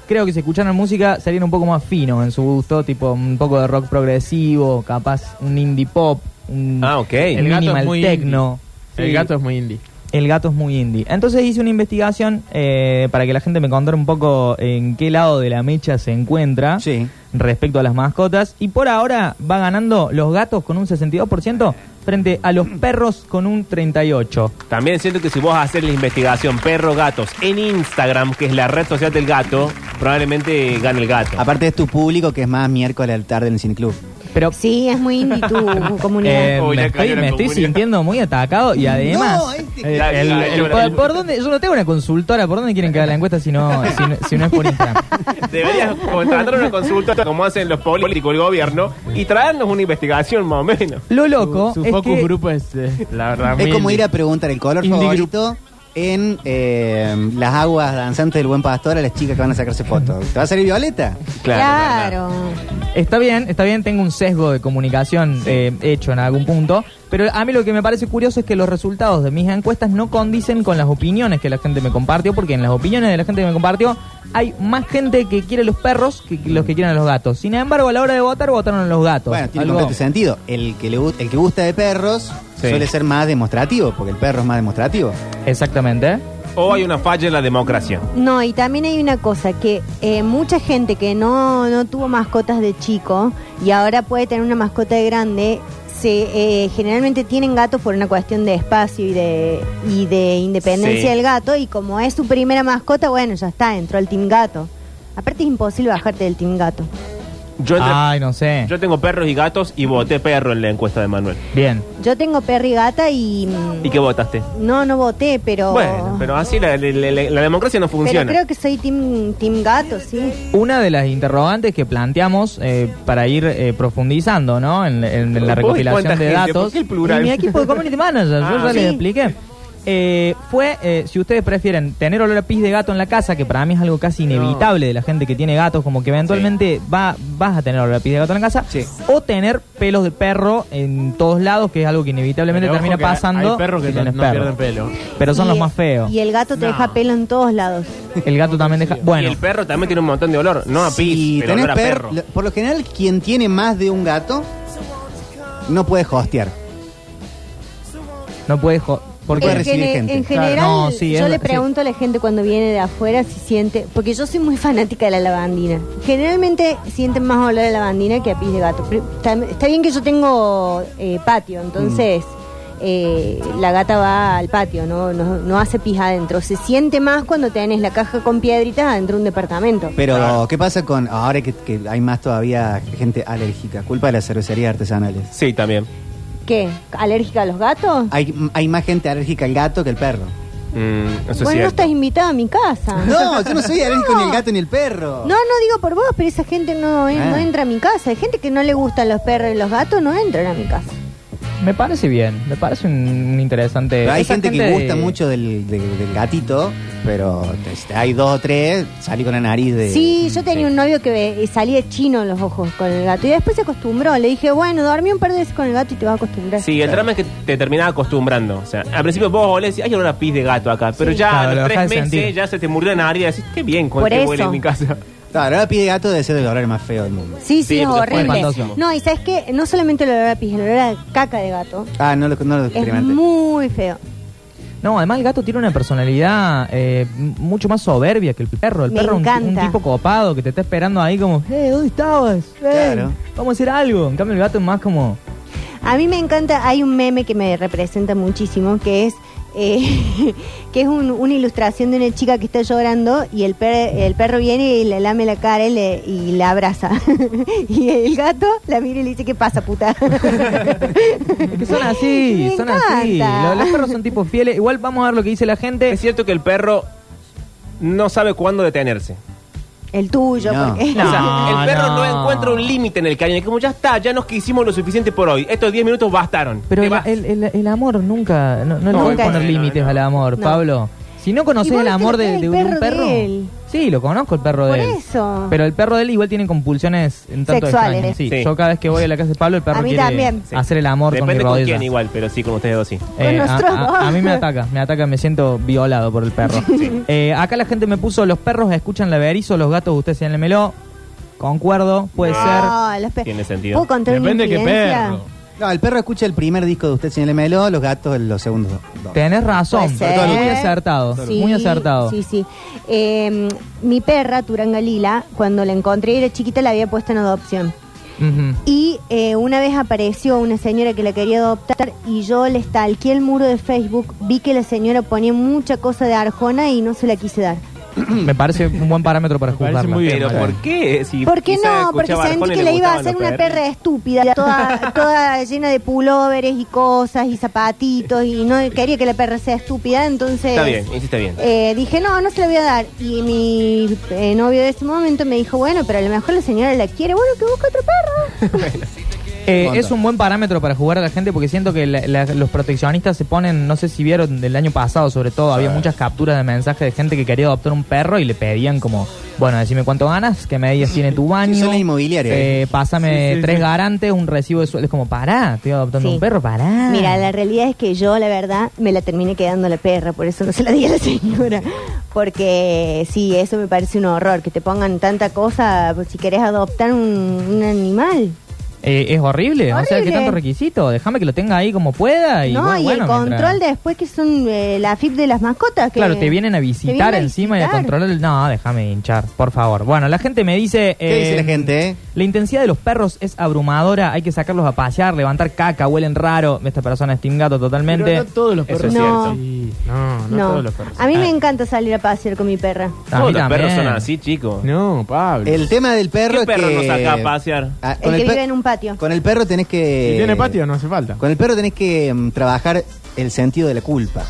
Speaker 4: creo que si escucharan música serían un poco más finos en su gusto, tipo un poco de rock progresivo, capaz un indie pop, un
Speaker 3: Ah, ok.
Speaker 4: el
Speaker 5: El gato es
Speaker 4: minimal
Speaker 5: muy
Speaker 4: techno.
Speaker 5: El
Speaker 4: Sí.
Speaker 5: gato es muy indie.
Speaker 4: El gato es muy indie. Entonces hice una investigación eh, para que la gente me contara un poco en qué lado de la mecha se
Speaker 3: ¿Ah?
Speaker 4: encuentra
Speaker 2: Sí.
Speaker 4: respecto a las mascotas. Y por ahora va ganando los gatos con un 62% frente a los perros con un 38%.
Speaker 3: También siento que si vos haces la investigación perro gatos en Instagram, que es la red social del gato, probablemente gane el gato.
Speaker 2: Aparte es tu público que es más miércoles al tarde en el cineclub.
Speaker 4: Pero
Speaker 6: Sí, es muy indie tu
Speaker 4: eh,
Speaker 6: comunidad.
Speaker 3: Uy,
Speaker 4: me,
Speaker 3: ya cayó
Speaker 4: estoy,
Speaker 3: la
Speaker 4: me estoy
Speaker 3: comunidad.
Speaker 4: sintiendo muy atacado y además...
Speaker 2: No, este-
Speaker 4: eh,
Speaker 3: Ya
Speaker 4: el-
Speaker 3: cayó
Speaker 4: el-
Speaker 3: la
Speaker 4: ¿por,
Speaker 3: comunidad.
Speaker 4: por dónde? Yo no tengo una consultora. ¿Por dónde quieren que haga la encuesta si no, si no, si no es por Instagram?
Speaker 3: Deberías contratar una consulta como hacen los políticos, el gobierno, y traernos una investigación más o menos.
Speaker 4: Lo loco
Speaker 5: Su, su
Speaker 4: es
Speaker 5: focus
Speaker 4: que-
Speaker 5: grupo es eh, la verdad.
Speaker 2: Es
Speaker 5: muy
Speaker 2: como
Speaker 5: indie.
Speaker 2: ir a preguntar el color
Speaker 5: Indie
Speaker 2: favorito en eh, las aguas danzantes del buen pastor a las chicas que van a sacarse fotos. ¿Te va a salir violeta?
Speaker 6: Claro.
Speaker 4: Está bien, está bien, tengo un sesgo de comunicación eh, hecho en algún punto, pero a mí lo que me parece curioso es que los resultados de mis encuestas no condicen con las opiniones que la gente me compartió, porque en las opiniones de la gente que me compartió hay más gente que quiere los perros que los que quieren a los gatos. Sin embargo, a la hora de votar, votaron a los gatos.
Speaker 2: Bueno, tiene
Speaker 4: Algo-
Speaker 2: completo sentido. El que, le, gu- el que gusta de perros
Speaker 3: Sí.
Speaker 2: suele ser más demostrativo, porque el perro es más demostrativo.
Speaker 4: Exactamente.
Speaker 3: O hay una falla en la democracia.
Speaker 6: No, y también hay una cosa, que eh, mucha gente que no, no tuvo mascotas de chico y ahora puede tener una mascota de grande, se, eh, generalmente tienen gatos por una cuestión de espacio y de, y de independencia
Speaker 3: Sí.
Speaker 6: del gato, y como es su primera mascota, bueno, ya está, entró el Team Gato. Aparte es imposible bajarte del Team Gato.
Speaker 3: Yo, entre-
Speaker 4: Ay, no sé.
Speaker 3: yo tengo perros y gatos y voté perro en la encuesta de Manuel.
Speaker 4: Bien.
Speaker 6: Yo tengo perri gata y... mm,
Speaker 3: ¿Y qué votaste?
Speaker 6: No, no voté, pero...
Speaker 3: Bueno, pero así la, la- la- la democracia no
Speaker 6: Oh. pero
Speaker 3: funciona.
Speaker 6: creo que soy team, team Gato, sí.
Speaker 4: Una de las interrogantes que planteamos eh, para ir eh, profundizando ¿no? en, en- en la
Speaker 3: Uy,
Speaker 4: recopilación
Speaker 3: cuánta
Speaker 4: de
Speaker 3: gente,
Speaker 4: datos.
Speaker 3: ¿por qué el plural?
Speaker 4: Y mi equipo de community manager, yo
Speaker 3: Ah,
Speaker 4: ya
Speaker 6: sí.
Speaker 4: les expliqué. Eh, fue, eh, si ustedes prefieren tener olor a pis de gato en la casa, que para mí es algo casi inevitable de la gente que tiene gatos, como que eventualmente va, vas a tener olor a pis de gato en la casa,
Speaker 2: Sí.
Speaker 4: o tener pelos de perro en todos lados, que es algo que inevitablemente
Speaker 5: Pero este. ojo
Speaker 4: termina
Speaker 5: que
Speaker 4: pasando.
Speaker 5: Hay perros que
Speaker 4: si
Speaker 5: no,
Speaker 4: tenés
Speaker 5: no
Speaker 4: perro.
Speaker 5: pierden pelo.
Speaker 4: Pero son
Speaker 6: Y-
Speaker 4: los más feos.
Speaker 6: Y el gato te deja pelo en todos lados.
Speaker 4: El gato también deja.
Speaker 3: Y
Speaker 4: Bueno,
Speaker 3: el perro también tiene un montón de olor. No a pis,
Speaker 2: Si
Speaker 3: pero
Speaker 2: tenés
Speaker 3: olor a
Speaker 2: per-
Speaker 3: perro.
Speaker 2: lo- por lo general, quien tiene más de un gato no puede hostear.
Speaker 4: No puedes... jo- ¿Por
Speaker 2: Puede
Speaker 4: qué?
Speaker 6: en,
Speaker 2: recibir
Speaker 6: gene-
Speaker 2: gente.
Speaker 6: en
Speaker 4: Claro,
Speaker 6: general,
Speaker 4: no, sí,
Speaker 6: yo
Speaker 4: es-
Speaker 6: le
Speaker 4: sí.
Speaker 6: pregunto a la gente cuando viene de afuera si siente, porque yo soy muy fanática de la lavandina. Generalmente sienten más olor de lavandina que a pis de gato. Pero Está, está bien que yo tengo eh, patio, entonces eh, la gata va al patio, no, no, no hace pis adentro. Se siente más cuando tenés la caja con piedritas adentro de un departamento.
Speaker 2: Pero, ¿qué pasa con ahora que, que hay más todavía gente alérgica? Culpa de las cervecerías artesanales.
Speaker 3: Sí, también.
Speaker 6: ¿Qué? ¿Alérgica a los gatos?
Speaker 2: Hay, hay más gente alérgica al gato que al perro.
Speaker 3: Mm, eso
Speaker 6: bueno, no
Speaker 3: es cierto.
Speaker 6: estás invitada a mi casa.
Speaker 2: No, yo no soy alérgico ni al gato ni al perro.
Speaker 6: Ah. No, no digo por vos, pero esa gente no, eh,
Speaker 2: Ah.
Speaker 6: no entra a mi casa. Hay gente que no le gustan los perros y los gatos, no entran a mi casa.
Speaker 4: Me parece bien, me parece un, un interesante...
Speaker 2: Pero hay
Speaker 4: Esa
Speaker 2: gente, que
Speaker 4: de-
Speaker 2: gusta mucho del, del- del gatito, pero este, hay dos o tres, salí con la nariz de.
Speaker 6: Sí, yo tenía un novio que ve- eh, salía chino en los ojos con el gato y después se acostumbró. Le dije, bueno, dormí un par de veces con el gato y te vas a acostumbrar.
Speaker 3: Sí, el drama es que te terminaba acostumbrando. O sea, al principio vos olés y hay olor a pis de gato acá. Pero ya
Speaker 4: Claro,
Speaker 3: a
Speaker 4: lo
Speaker 3: los tres
Speaker 4: dejás de
Speaker 3: meses
Speaker 4: sentir.
Speaker 3: ya se te murió la nariz y decís, qué bien con
Speaker 6: Por
Speaker 3: que
Speaker 6: eso.
Speaker 3: huele en mi casa.
Speaker 2: Claro, ahora pide gato debe ser el olor más feo del mundo.
Speaker 6: Sí, sí,
Speaker 3: Sí,
Speaker 6: es
Speaker 3: porque fue
Speaker 6: horrible.
Speaker 4: espantoso.
Speaker 6: No, y sabes que no solamente el olor a pis, el olor a caca de gato
Speaker 2: Ah, no lo, no lo
Speaker 6: es
Speaker 2: experimenté.
Speaker 6: muy feo.
Speaker 4: No, además el gato tiene una personalidad eh, m- mucho más soberbia que el perro. El
Speaker 6: Me
Speaker 4: perro es un, ti- un
Speaker 6: encanta.
Speaker 4: tipo copado que te está esperando ahí como, eh, ¿dónde estabas? Eh,
Speaker 2: Claro.
Speaker 4: Vamos a hacer algo. En cambio el gato es más como...
Speaker 6: A mí me encanta, hay un meme que me representa muchísimo, que es eh, que es un- una ilustración de una chica que está llorando y el, per- el perro viene y le lame la cara y, le- y la abraza. y el gato la mira y le dice, ¿qué pasa, puta?
Speaker 4: Es que son así,
Speaker 6: Me
Speaker 4: son así.
Speaker 6: encanta.
Speaker 4: Lo- Los, perros son tipos fieles. Igual vamos a ver lo que dice la gente.
Speaker 3: Es cierto que el perro no sabe cuándo detenerse.
Speaker 6: el tuyo.
Speaker 2: No.
Speaker 6: porque-
Speaker 4: No.
Speaker 3: o sea, el perro no,
Speaker 4: no.
Speaker 3: encuentra un límite en el cariño. Es como ya está, ya nos quisimos lo suficiente por hoy. Estos 10 minutos bastaron.
Speaker 4: Pero
Speaker 3: Te
Speaker 4: el,
Speaker 3: vas.
Speaker 4: el- el- el amor nunca... No,
Speaker 3: No,
Speaker 4: no, le voy a
Speaker 6: nunca
Speaker 4: poner
Speaker 6: es-
Speaker 4: límites
Speaker 3: no, no.
Speaker 4: al amor,
Speaker 6: No.
Speaker 4: Pablo. Si no
Speaker 6: Y
Speaker 4: conoces
Speaker 6: vos
Speaker 4: el
Speaker 6: no
Speaker 4: amor de,
Speaker 6: tenés
Speaker 4: de
Speaker 6: el
Speaker 4: un
Speaker 6: perro
Speaker 4: perro...
Speaker 6: de él.
Speaker 4: Sí, lo conozco el perro
Speaker 6: Por
Speaker 4: de él.
Speaker 6: eso.
Speaker 4: Pero el perro de él igual tiene compulsiones un tanto
Speaker 6: Sexuales.
Speaker 4: extrañas. Sí,
Speaker 3: Sí.
Speaker 4: Yo cada vez que voy a la casa de Pablo, el perro
Speaker 6: A mí
Speaker 4: quiere
Speaker 6: también.
Speaker 4: hacer el amor con mi
Speaker 3: Depende
Speaker 4: rodilla.
Speaker 3: quién igual, pero sí, con ustedes dos sí.
Speaker 4: Eh,
Speaker 6: Con
Speaker 4: a,
Speaker 6: nuestros
Speaker 4: a-
Speaker 6: dos.
Speaker 4: a mí me ataca, me ataca, me siento violado por el perro. Eh, acá la gente me puso, los perros escuchan la berizo, los gatos ustedes se meló. Concuerdo, puede ser.
Speaker 6: No, los pe-
Speaker 3: Tiene sentido.
Speaker 6: ¿Puedo contar una
Speaker 5: Depende de qué
Speaker 6: infidencia?
Speaker 5: perro.
Speaker 2: No, el perro escucha el primer disco de usted, señor Melo, los gatos los segundos dos.
Speaker 4: Tenés razón,
Speaker 6: Puede
Speaker 4: pero
Speaker 6: ser.
Speaker 4: muy acertado,
Speaker 6: Sí,
Speaker 4: muy acertado.
Speaker 6: Sí, sí. Eh, mi perra, Turanga Lila, cuando la encontré y era chiquita, la había puesto en adopción.
Speaker 4: Ujú.
Speaker 6: Y eh, una vez apareció una señora que la quería adoptar y yo le stalkeé el muro de Facebook, vi que la señora ponía mucha cosa de Arjona y no se la quise dar.
Speaker 4: Me parece un buen parámetro para
Speaker 5: parece
Speaker 4: juzgarla.
Speaker 5: muy bien.
Speaker 3: Pero ¿por qué? Si
Speaker 6: ¿Por qué
Speaker 3: quizá
Speaker 6: no? Porque
Speaker 3: escuchaba
Speaker 6: sentí
Speaker 3: Arjona y
Speaker 6: que le iba a
Speaker 3: gustaban
Speaker 6: hacer
Speaker 3: los
Speaker 6: una
Speaker 3: perros.
Speaker 6: perra estúpida, toda, toda llena de pulóveres y cosas y zapatitos y no quería que la perra sea estúpida, entonces...
Speaker 3: Está bien, hiciste bien.
Speaker 6: Eh, dije, no, no se la voy a dar. Y mi eh, novio de ese momento me dijo, bueno, pero a lo mejor la señora la quiere. Bueno, que busque otro perro.
Speaker 4: Eh,
Speaker 2: Conta.
Speaker 4: es un buen parámetro para jugar a la gente porque siento que la- la- los proteccionistas se ponen, no sé si vieron del año pasado sobre todo, había muchas capturas de mensajes de gente que quería adoptar un perro y le pedían como, bueno, decime cuánto ganas, qué medidas tiene tu baño,
Speaker 2: son las inmobiliarias.
Speaker 4: eh, pásame
Speaker 5: Sí, sí,
Speaker 4: tres
Speaker 5: sí.
Speaker 4: garantes, un recibo de sueldo, es como, pará, estoy adoptando
Speaker 6: Sí.
Speaker 4: un perro, pará.
Speaker 6: Mira, la realidad es que yo, la verdad, me la terminé quedando a la perra. Por eso no se la di a la señora. Porque sí, eso me parece un horror. Que te pongan tanta cosa pues, si querés adoptar un, un animal.
Speaker 4: Eh, es horrible, o sea, ¿qué
Speaker 6: Horrible.
Speaker 4: tanto requisito? Déjame que lo tenga ahí como pueda y
Speaker 6: no,
Speaker 4: bueno,
Speaker 6: y
Speaker 4: bueno,
Speaker 6: el
Speaker 4: mientras-
Speaker 6: control después que son eh, la FIP de las mascotas. que-
Speaker 4: Claro, te vienen a
Speaker 6: te
Speaker 4: visitar
Speaker 6: vienen a
Speaker 4: encima y a
Speaker 6: visitar.
Speaker 4: controlar. el- No, déjame hinchar, por favor. Bueno, la gente me dice. eh,
Speaker 2: ¿Qué
Speaker 3: Eh,
Speaker 2: dice la gente? eh?
Speaker 4: La intensidad de los perros es abrumadora. Hay que sacarlos a pasear, levantar caca, huelen raro. Esta persona es Team Gato totalmente.
Speaker 5: Pero no todos los
Speaker 3: Eso
Speaker 5: perros.
Speaker 6: es cierto.
Speaker 5: son así. No, no,
Speaker 6: No,
Speaker 5: todos los perros.
Speaker 6: a
Speaker 4: Ah.
Speaker 6: mí me encanta salir a pasear con mi perra.
Speaker 4: A mí
Speaker 3: Todos los perros
Speaker 4: también.
Speaker 3: son así, chicos.
Speaker 5: No, Pablo.
Speaker 2: El tema del perro
Speaker 3: ¿Qué perro
Speaker 2: es que...
Speaker 3: nos saca a pasear?
Speaker 2: Ah,
Speaker 6: El
Speaker 2: con
Speaker 6: que
Speaker 2: el, per-
Speaker 6: vive en un patio.
Speaker 2: con el perro tenés que...
Speaker 5: Si
Speaker 4: eh,
Speaker 5: tiene patio, no hace falta.
Speaker 2: Con el perro tenés que mm, trabajar el sentido de la culpa.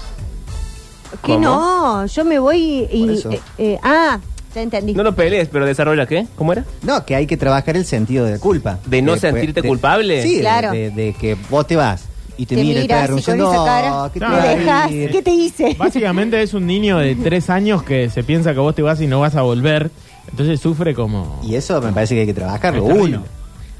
Speaker 6: Que no, yo me voy y...
Speaker 2: Por eso.
Speaker 6: eh, eh, ah, ya entendí.
Speaker 3: No lo pelees, pero desarrolla qué? ¿Cómo era?
Speaker 2: No, que hay que trabajar el sentido de la culpa.
Speaker 3: ¿De no
Speaker 2: Que fue-
Speaker 3: sentirte
Speaker 2: de-
Speaker 3: culpable?
Speaker 2: Sí, de-
Speaker 6: Claro.
Speaker 2: de, de que vos te vas y te,
Speaker 6: te
Speaker 2: mira el
Speaker 6: miras
Speaker 2: perro
Speaker 6: y con
Speaker 2: diciendo,
Speaker 6: esa cara,
Speaker 2: "Oh, ¿qué
Speaker 6: me
Speaker 2: te
Speaker 5: No,
Speaker 2: va a
Speaker 6: dejas,
Speaker 2: ir?".
Speaker 6: ¿qué te hice?
Speaker 5: Básicamente es un niño de tres años que se piensa que vos te vas y no vas a volver. Entonces sufre como.
Speaker 2: Y eso me parece que hay que trabajarlo.
Speaker 5: Es terrible.
Speaker 2: Uno.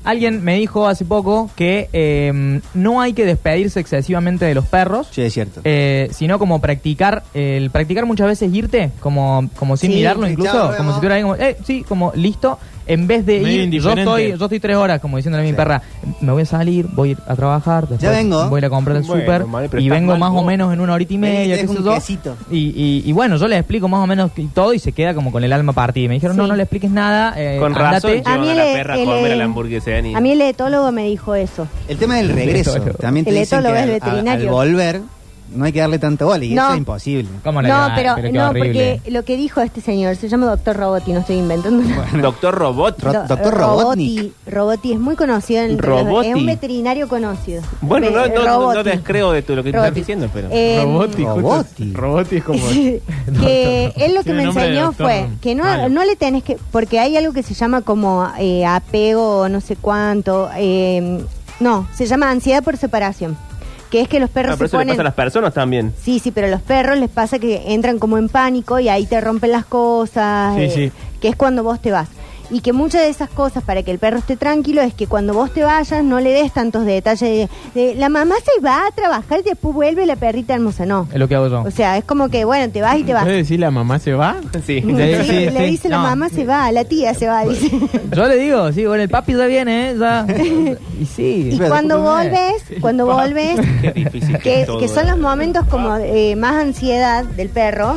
Speaker 4: Alguien me dijo hace poco que eh, no hay que despedirse excesivamente de los perros.
Speaker 2: Sí, es cierto.
Speaker 4: eh, sino como practicar el practicar muchas veces irte como como sin
Speaker 6: Sí,
Speaker 4: mirarlo
Speaker 2: sí,
Speaker 4: incluso
Speaker 2: chao, nos
Speaker 4: como
Speaker 2: vemos.
Speaker 4: si estuviera ahí como eh, sí como listo en vez de
Speaker 5: Medio
Speaker 4: ir, yo
Speaker 5: indiferente.
Speaker 4: estoy, yo estoy tres horas, como diciéndole a mi
Speaker 2: Sí.
Speaker 4: perra, me voy a salir, voy a ir a trabajar, después
Speaker 2: vengo.
Speaker 4: voy a ir a comprar el
Speaker 3: Bueno,
Speaker 4: súper
Speaker 3: madre, pero
Speaker 4: y
Speaker 3: estás
Speaker 4: vengo
Speaker 3: mal
Speaker 4: más o
Speaker 3: vos.
Speaker 4: menos en una horita y
Speaker 2: Vení,
Speaker 4: media,
Speaker 2: te
Speaker 4: qué
Speaker 2: dejo
Speaker 4: sé
Speaker 2: un
Speaker 4: yo.
Speaker 2: quesito.
Speaker 4: Y, y- y bueno, yo le explico más o menos y todo y se queda como con el alma partida. Y Me dijeron,
Speaker 6: Sí.
Speaker 4: no, no le expliques nada, eh,
Speaker 3: Con razón,
Speaker 4: andate.
Speaker 6: yo- A mí
Speaker 3: llevan a la
Speaker 6: el-
Speaker 3: perra a
Speaker 6: el- eh,
Speaker 3: comer a la hamburguesa. Dani.
Speaker 6: A mí el etólogo me dijo eso.
Speaker 2: El tema del regreso.
Speaker 4: etólogo.
Speaker 2: También te
Speaker 6: El
Speaker 2: dicen que
Speaker 6: etólogo es
Speaker 2: al, al- al
Speaker 6: veterinario.
Speaker 2: volver no hay que darle tanto bola y
Speaker 6: No.
Speaker 2: eso es imposible.
Speaker 4: ¿Cómo la
Speaker 6: No,
Speaker 4: llevas?
Speaker 6: pero,
Speaker 4: qué
Speaker 6: no,
Speaker 4: horrible.
Speaker 6: porque lo que dijo este señor se llama Doctor Roboti, no estoy inventando nada.
Speaker 3: Doctor Robot.
Speaker 2: Ro-
Speaker 6: Do-
Speaker 2: Dr. Robotnik.
Speaker 6: Robotnik es muy conocido. En
Speaker 3: Robotnik.
Speaker 6: Es un veterinario conocido.
Speaker 3: Bueno, no, no, no, no
Speaker 6: Robotnik.
Speaker 3: descreo de tu- lo que estás
Speaker 6: Robotnik.
Speaker 3: diciendo, pero.
Speaker 6: Eh,
Speaker 5: Roboti. justo.
Speaker 2: Roboti.
Speaker 5: Roboti es como.
Speaker 6: que él lo que
Speaker 5: Tiene
Speaker 6: me
Speaker 5: nombre de
Speaker 6: enseñó
Speaker 5: doctor
Speaker 6: fue que no,
Speaker 5: malo.
Speaker 6: no le tenés que. Porque hay algo que se llama como eh, apego, no sé cuánto. eh, no, se llama ansiedad por separación. Que es que los perros
Speaker 3: Ah, pero
Speaker 6: se
Speaker 3: eso le
Speaker 6: ponen.
Speaker 3: pasa a las personas también.
Speaker 6: Sí, sí, pero a los perros les pasa que entran como en pánico y ahí te rompen las cosas,
Speaker 5: Sí,
Speaker 6: eh,
Speaker 5: sí.
Speaker 6: que es cuando vos te vas. Y que muchas de esas cosas para que el perro esté tranquilo es que cuando vos te vayas no le des tantos detalles de, de, la mamá se va a trabajar y después vuelve la perrita hermosa, no.
Speaker 4: Es lo que hago yo.
Speaker 6: O sea, es como que bueno, te vas y te vas.
Speaker 5: ¿Puedes decir la mamá se va?
Speaker 3: Sí.
Speaker 6: Sí,
Speaker 4: Sí, sí,
Speaker 6: le
Speaker 4: sí.
Speaker 6: dice la
Speaker 4: No.
Speaker 6: mamá se va, la tía se va, dice.
Speaker 4: Yo le digo, sí, bueno, el papi ya viene, ¿eh? Ya. Y sí.
Speaker 6: Y cuando volves, cuando volves,
Speaker 3: Qué difícil que
Speaker 6: que,
Speaker 3: es todo,
Speaker 6: que son
Speaker 3: ¿no?
Speaker 6: los momentos como
Speaker 2: Ah.
Speaker 6: eh, más ansiedad del perro,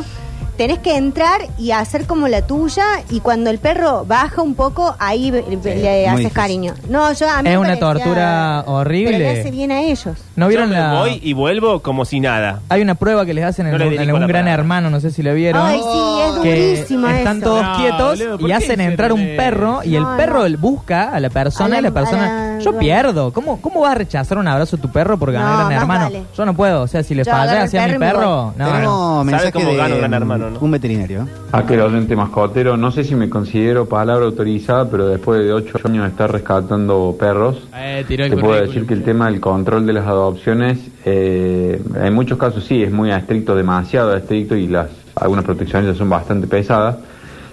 Speaker 6: tenés que entrar y hacer como la tuya y cuando el perro baja un poco, ahí eh, le haces
Speaker 2: difícil.
Speaker 6: cariño. No, yo a mí
Speaker 4: Es
Speaker 6: me
Speaker 4: una tortura horrible.
Speaker 6: Pero le hace bien a ellos.
Speaker 4: ¿No vieron
Speaker 3: Yo me
Speaker 4: la...?
Speaker 3: voy y vuelvo como si nada.
Speaker 4: Hay una prueba que les hacen en,
Speaker 3: No le
Speaker 4: un-
Speaker 3: dirijo
Speaker 4: en
Speaker 3: la
Speaker 4: un gran
Speaker 3: palabra.
Speaker 4: hermano, no sé si lo vieron.
Speaker 6: Ay, sí, es
Speaker 4: que
Speaker 6: durísima
Speaker 4: están
Speaker 6: eso.
Speaker 4: todos
Speaker 5: No,
Speaker 4: quietos
Speaker 5: boludo, ¿por
Speaker 4: y
Speaker 5: qué
Speaker 4: hacen
Speaker 5: hicieron
Speaker 4: entrar un
Speaker 5: eso?
Speaker 4: perro y
Speaker 6: No,
Speaker 4: el perro
Speaker 6: no.
Speaker 4: busca a la persona
Speaker 6: A
Speaker 4: y
Speaker 6: la-
Speaker 4: la persona
Speaker 6: a la-
Speaker 4: yo
Speaker 6: bueno.
Speaker 4: pierdo cómo cómo vas a rechazar un abrazo a tu perro por ganar
Speaker 6: No,
Speaker 4: gran
Speaker 6: más
Speaker 4: hermano
Speaker 6: vale.
Speaker 4: yo no puedo o sea si le
Speaker 6: Yo agarro
Speaker 4: fallé
Speaker 6: el
Speaker 4: hacia mi
Speaker 6: perro y me
Speaker 4: perro
Speaker 6: voy.
Speaker 4: no,
Speaker 2: Tenemos
Speaker 4: no.
Speaker 2: mensaje
Speaker 3: cómo
Speaker 2: de
Speaker 3: gana un gran
Speaker 2: mm,
Speaker 3: hermano, ¿no?
Speaker 2: un veterinario.
Speaker 7: Aquel oyente Ah, mascotero, no sé si me considero palabra autorizada, pero después de ocho años de estar rescatando perros,
Speaker 5: Eh, tiró el
Speaker 7: te puedo
Speaker 5: currículum.
Speaker 7: decir que el tema del control de las adopciones, eh, en muchos casos sí, es muy estricto, demasiado estricto y las algunas protecciones ya son bastante pesadas,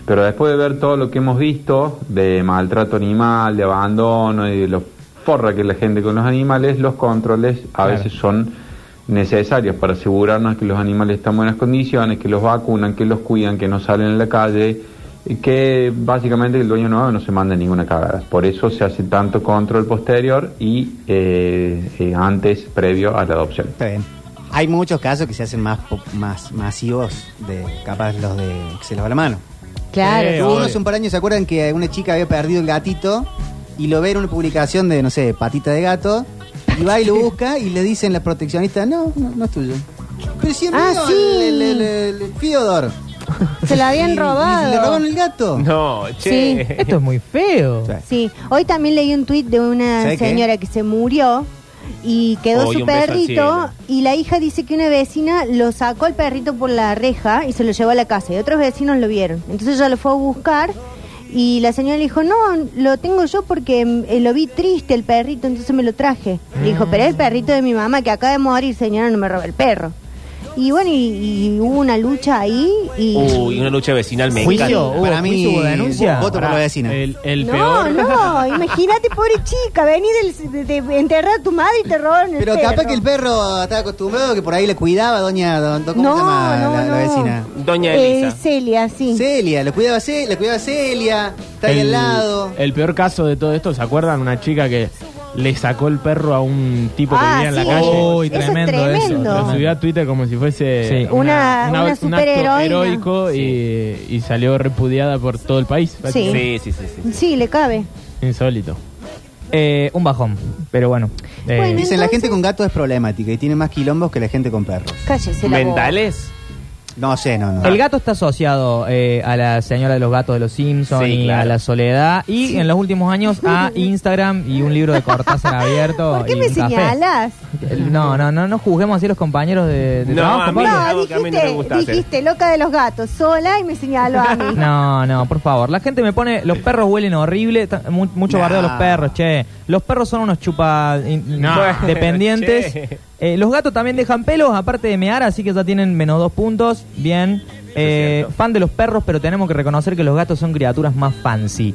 Speaker 7: pero después de ver todo lo que hemos visto de maltrato animal, de abandono y de lo forra que es la gente con los animales, los controles a veces son necesarios para asegurarnos que los animales están en buenas condiciones, que los vacunan, que los cuidan, que no salen en la calle, y que básicamente el dueño nuevo no se manda ninguna cagada. Por eso se hace tanto control posterior y eh, eh, antes, previo a la adopción.
Speaker 2: Está bien. Hay muchos casos que se hacen más, po- más masivos de capaz los de que se les va la mano.
Speaker 6: Claro.
Speaker 5: Eh,
Speaker 2: Hubo
Speaker 5: obvio.
Speaker 2: hace un par de años, ¿se acuerdan que una chica había perdido el gatito? Y lo ve en una publicación de, no sé, patita de gato. Y va y lo busca y le dicen las proteccionistas, no, no, no es tuyo. Pero si es
Speaker 6: Ah,
Speaker 2: mío,
Speaker 6: sí.
Speaker 2: el, el- el- el Fiodor.
Speaker 6: Se
Speaker 2: Y-
Speaker 6: lo habían
Speaker 2: y Le robaron
Speaker 6: robado.
Speaker 2: el gato.
Speaker 3: No, che.
Speaker 4: esto es muy feo
Speaker 2: Sí.
Speaker 6: Sí, hoy también leí un tuit de una
Speaker 2: ¿Sabe qué?
Speaker 6: señora que se murió y quedó
Speaker 3: Oh, y
Speaker 6: su
Speaker 3: un beso al
Speaker 6: perrito
Speaker 3: cielo.
Speaker 6: y la hija dice que una vecina lo sacó al perrito por la reja y se lo llevó a la casa y otros vecinos lo vieron. Entonces ella lo fue a buscar y la señora le dijo, no, lo tengo yo porque mm, eh, lo vi triste el perrito, entonces me lo traje. Le dijo, pero es el perrito de mi mamá que acaba de morir, señora, no me roba el perro. Y bueno, y, y hubo una lucha ahí y...
Speaker 3: Uy, una lucha vecinal me
Speaker 4: Juicio.
Speaker 3: encanta.
Speaker 4: ¿Hubo juicio? ¿Hubo denuncia?
Speaker 2: voto por la vecina.
Speaker 5: El, el
Speaker 6: no,
Speaker 5: peor.
Speaker 6: no, imagínate, pobre chica, venís del- de, de enterrar a tu madre y te roban el
Speaker 2: Pero
Speaker 6: perro.
Speaker 2: capaz que el perro estaba acostumbrado que por ahí le cuidaba doña, don, don- ¿cómo
Speaker 6: No,
Speaker 2: se llama
Speaker 6: no,
Speaker 2: la, la
Speaker 6: no.
Speaker 2: vecina?
Speaker 3: Doña
Speaker 6: Eh,
Speaker 3: Elisa.
Speaker 6: Celia, sí.
Speaker 2: Celia, le cuidaba, Ce- le cuidaba Celia, está ahí
Speaker 5: el,
Speaker 2: al lado.
Speaker 5: el peor caso de todo esto, ¿se acuerdan? Una chica que le sacó el perro a un tipo que
Speaker 6: Ah,
Speaker 5: vivía en la
Speaker 6: sí.
Speaker 5: calle.
Speaker 4: Uy,
Speaker 6: Eso es
Speaker 4: tremendo eso,
Speaker 6: tremendo.
Speaker 5: Lo subió a Twitter como si fuese
Speaker 4: Sí.
Speaker 6: Una- una
Speaker 5: un acto
Speaker 6: superheroína.
Speaker 5: heroico y, y salió repudiada por todo el país.
Speaker 6: Sí.
Speaker 3: Sí, sí, sí. sí.
Speaker 6: Sí, le cabe.
Speaker 5: Insólito.
Speaker 4: Eh, un bajón pero bueno, eh,
Speaker 6: Bueno,
Speaker 2: Dicen, la
Speaker 6: entonces-
Speaker 2: gente con gatos es problemática y tiene más quilombos que la gente con perros.
Speaker 6: Cállese la boca.
Speaker 3: ¿Mentales?
Speaker 2: No sé, no, no.
Speaker 4: El gato está asociado eh, a la señora de los gatos de los Simpsons
Speaker 3: Sí,
Speaker 4: y
Speaker 3: claro.
Speaker 4: a la soledad y en los últimos años a Instagram y un libro de Cortázar abierto.
Speaker 6: ¿Por qué
Speaker 4: y
Speaker 6: me
Speaker 4: un café.
Speaker 6: señalas?
Speaker 4: No, no, no, no juzguemos así a los compañeros de, de
Speaker 3: No,
Speaker 4: trabajo.
Speaker 3: a mí
Speaker 4: Pablo.
Speaker 3: es
Speaker 6: No,
Speaker 3: algo que a mí no me
Speaker 6: dijiste,
Speaker 3: gusta hacer.
Speaker 6: dijiste loca de los gatos, sola y me señaló a mí.
Speaker 4: No, no, por favor. La gente me pone, los perros huelen horrible, ta- mu- mucho
Speaker 2: Nah.
Speaker 4: bardeo a los perros, che. Los perros son unos chupa in-
Speaker 5: No,
Speaker 4: dependientes.
Speaker 3: che.
Speaker 4: Eh, los gatos también dejan pelos, aparte de mear, así que ya tienen menos dos puntos. Bien. Eh,
Speaker 3: cierto.
Speaker 4: fan de los perros, pero tenemos que reconocer que los gatos son criaturas más fancy.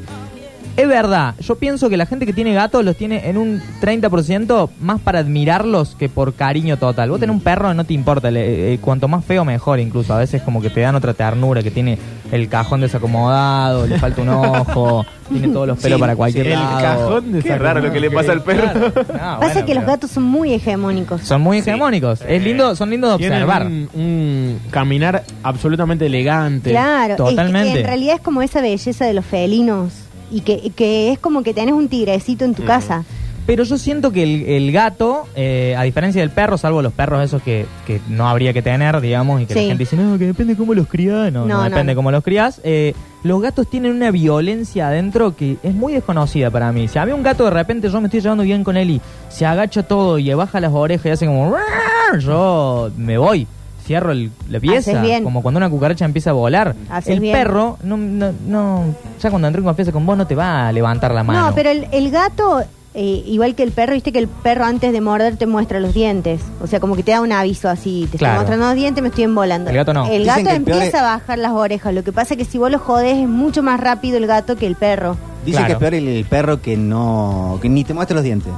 Speaker 4: Es verdad, yo pienso que la gente que tiene gatos los tiene en un 30% más para admirarlos que por cariño total. Vos tenés
Speaker 6: Mm.
Speaker 4: un perro, no te importa, le- eh, cuanto más feo mejor incluso. A veces como que te dan otra ternura, que tiene el cajón desacomodado, le falta un ojo, tiene todos los pelos
Speaker 2: Sí,
Speaker 4: para cualquier
Speaker 2: sí. El
Speaker 4: lado.
Speaker 5: de
Speaker 3: Qué raro lo que le pasa al perro.
Speaker 4: Claro. No,
Speaker 6: Pasa
Speaker 4: bueno,
Speaker 6: que los
Speaker 4: pero
Speaker 6: gatos son muy hegemónicos.
Speaker 4: son muy hegemónicos. Es lindo, son lindos de
Speaker 5: Tienen
Speaker 4: observar.
Speaker 5: Un, un caminar absolutamente elegante.
Speaker 6: Claro, es que
Speaker 4: Totalmente.
Speaker 6: en realidad es como esa belleza de los felinos y que, y que es como que tenés un tigrecito en tu
Speaker 3: Mm.
Speaker 6: casa.
Speaker 4: Pero yo siento que el, el gato, eh, a diferencia del perro, salvo los perros esos que, que no habría que tener, digamos, y que la
Speaker 6: Sí.
Speaker 4: gente dice, no, que depende cómo los crías. No, no,
Speaker 6: No, no,
Speaker 4: depende
Speaker 6: no.
Speaker 4: cómo los crías. Eh, los gatos tienen una violencia adentro que es muy desconocida para mí. Si a mí un gato de repente yo me estoy llevando bien con él y se agacha todo y le baja las orejas y hace como, "Ruar", yo me voy. Cierro el- la pieza,
Speaker 6: Haces bien.
Speaker 4: como cuando una cucaracha empieza a volar.
Speaker 6: Haces
Speaker 4: el
Speaker 6: bien.
Speaker 4: perro, no, no, no- ya cuando entré en confianza con vos, no te va a levantar la mano.
Speaker 6: No, pero el, el gato, eh, igual que el perro, viste que el perro antes de morder te muestra los dientes. O sea, como que te da un aviso así, te
Speaker 4: Claro.
Speaker 6: estoy mostrando los dientes, me estoy embolando.
Speaker 4: El gato no.
Speaker 6: El
Speaker 2: Dicen
Speaker 6: gato
Speaker 2: que el peor
Speaker 6: empieza
Speaker 2: es-
Speaker 6: a bajar las orejas. Lo que pasa es que si vos lo jodés es mucho más rápido el gato que el perro.
Speaker 2: Dice
Speaker 4: Claro.
Speaker 2: que es peor el, el perro que no. que ni te muestra los dientes.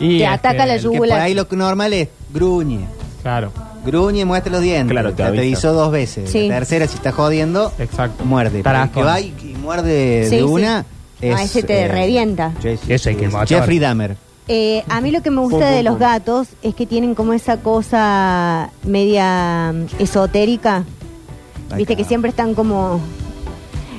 Speaker 5: Y
Speaker 4: este,
Speaker 6: Te
Speaker 5: es
Speaker 6: ataca
Speaker 5: que
Speaker 6: la
Speaker 5: el-
Speaker 2: Que por
Speaker 6: Yugular.
Speaker 2: ahí lo normal es gruñe.
Speaker 5: Claro,
Speaker 2: Gruñe, muestra los dientes.
Speaker 3: Claro, te
Speaker 2: Ya
Speaker 3: avisa.
Speaker 2: hizo dos veces.
Speaker 6: Sí.
Speaker 2: La tercera, si está jodiendo,
Speaker 5: exacto.
Speaker 2: muerde. Pero el
Speaker 4: Tarascón.
Speaker 2: que va y, y muerde
Speaker 6: Sí,
Speaker 2: de
Speaker 6: sí.
Speaker 2: una. eh,
Speaker 6: No, ese te revienta.
Speaker 2: Jesse-
Speaker 4: Ese hay que
Speaker 2: es
Speaker 4: matar.
Speaker 2: Jeffrey Dahmer.
Speaker 6: Eh, a mí lo que me gusta de los gatos es que tienen como esa cosa media mm, esotérica. Viste
Speaker 2: Acá.
Speaker 6: que siempre están como...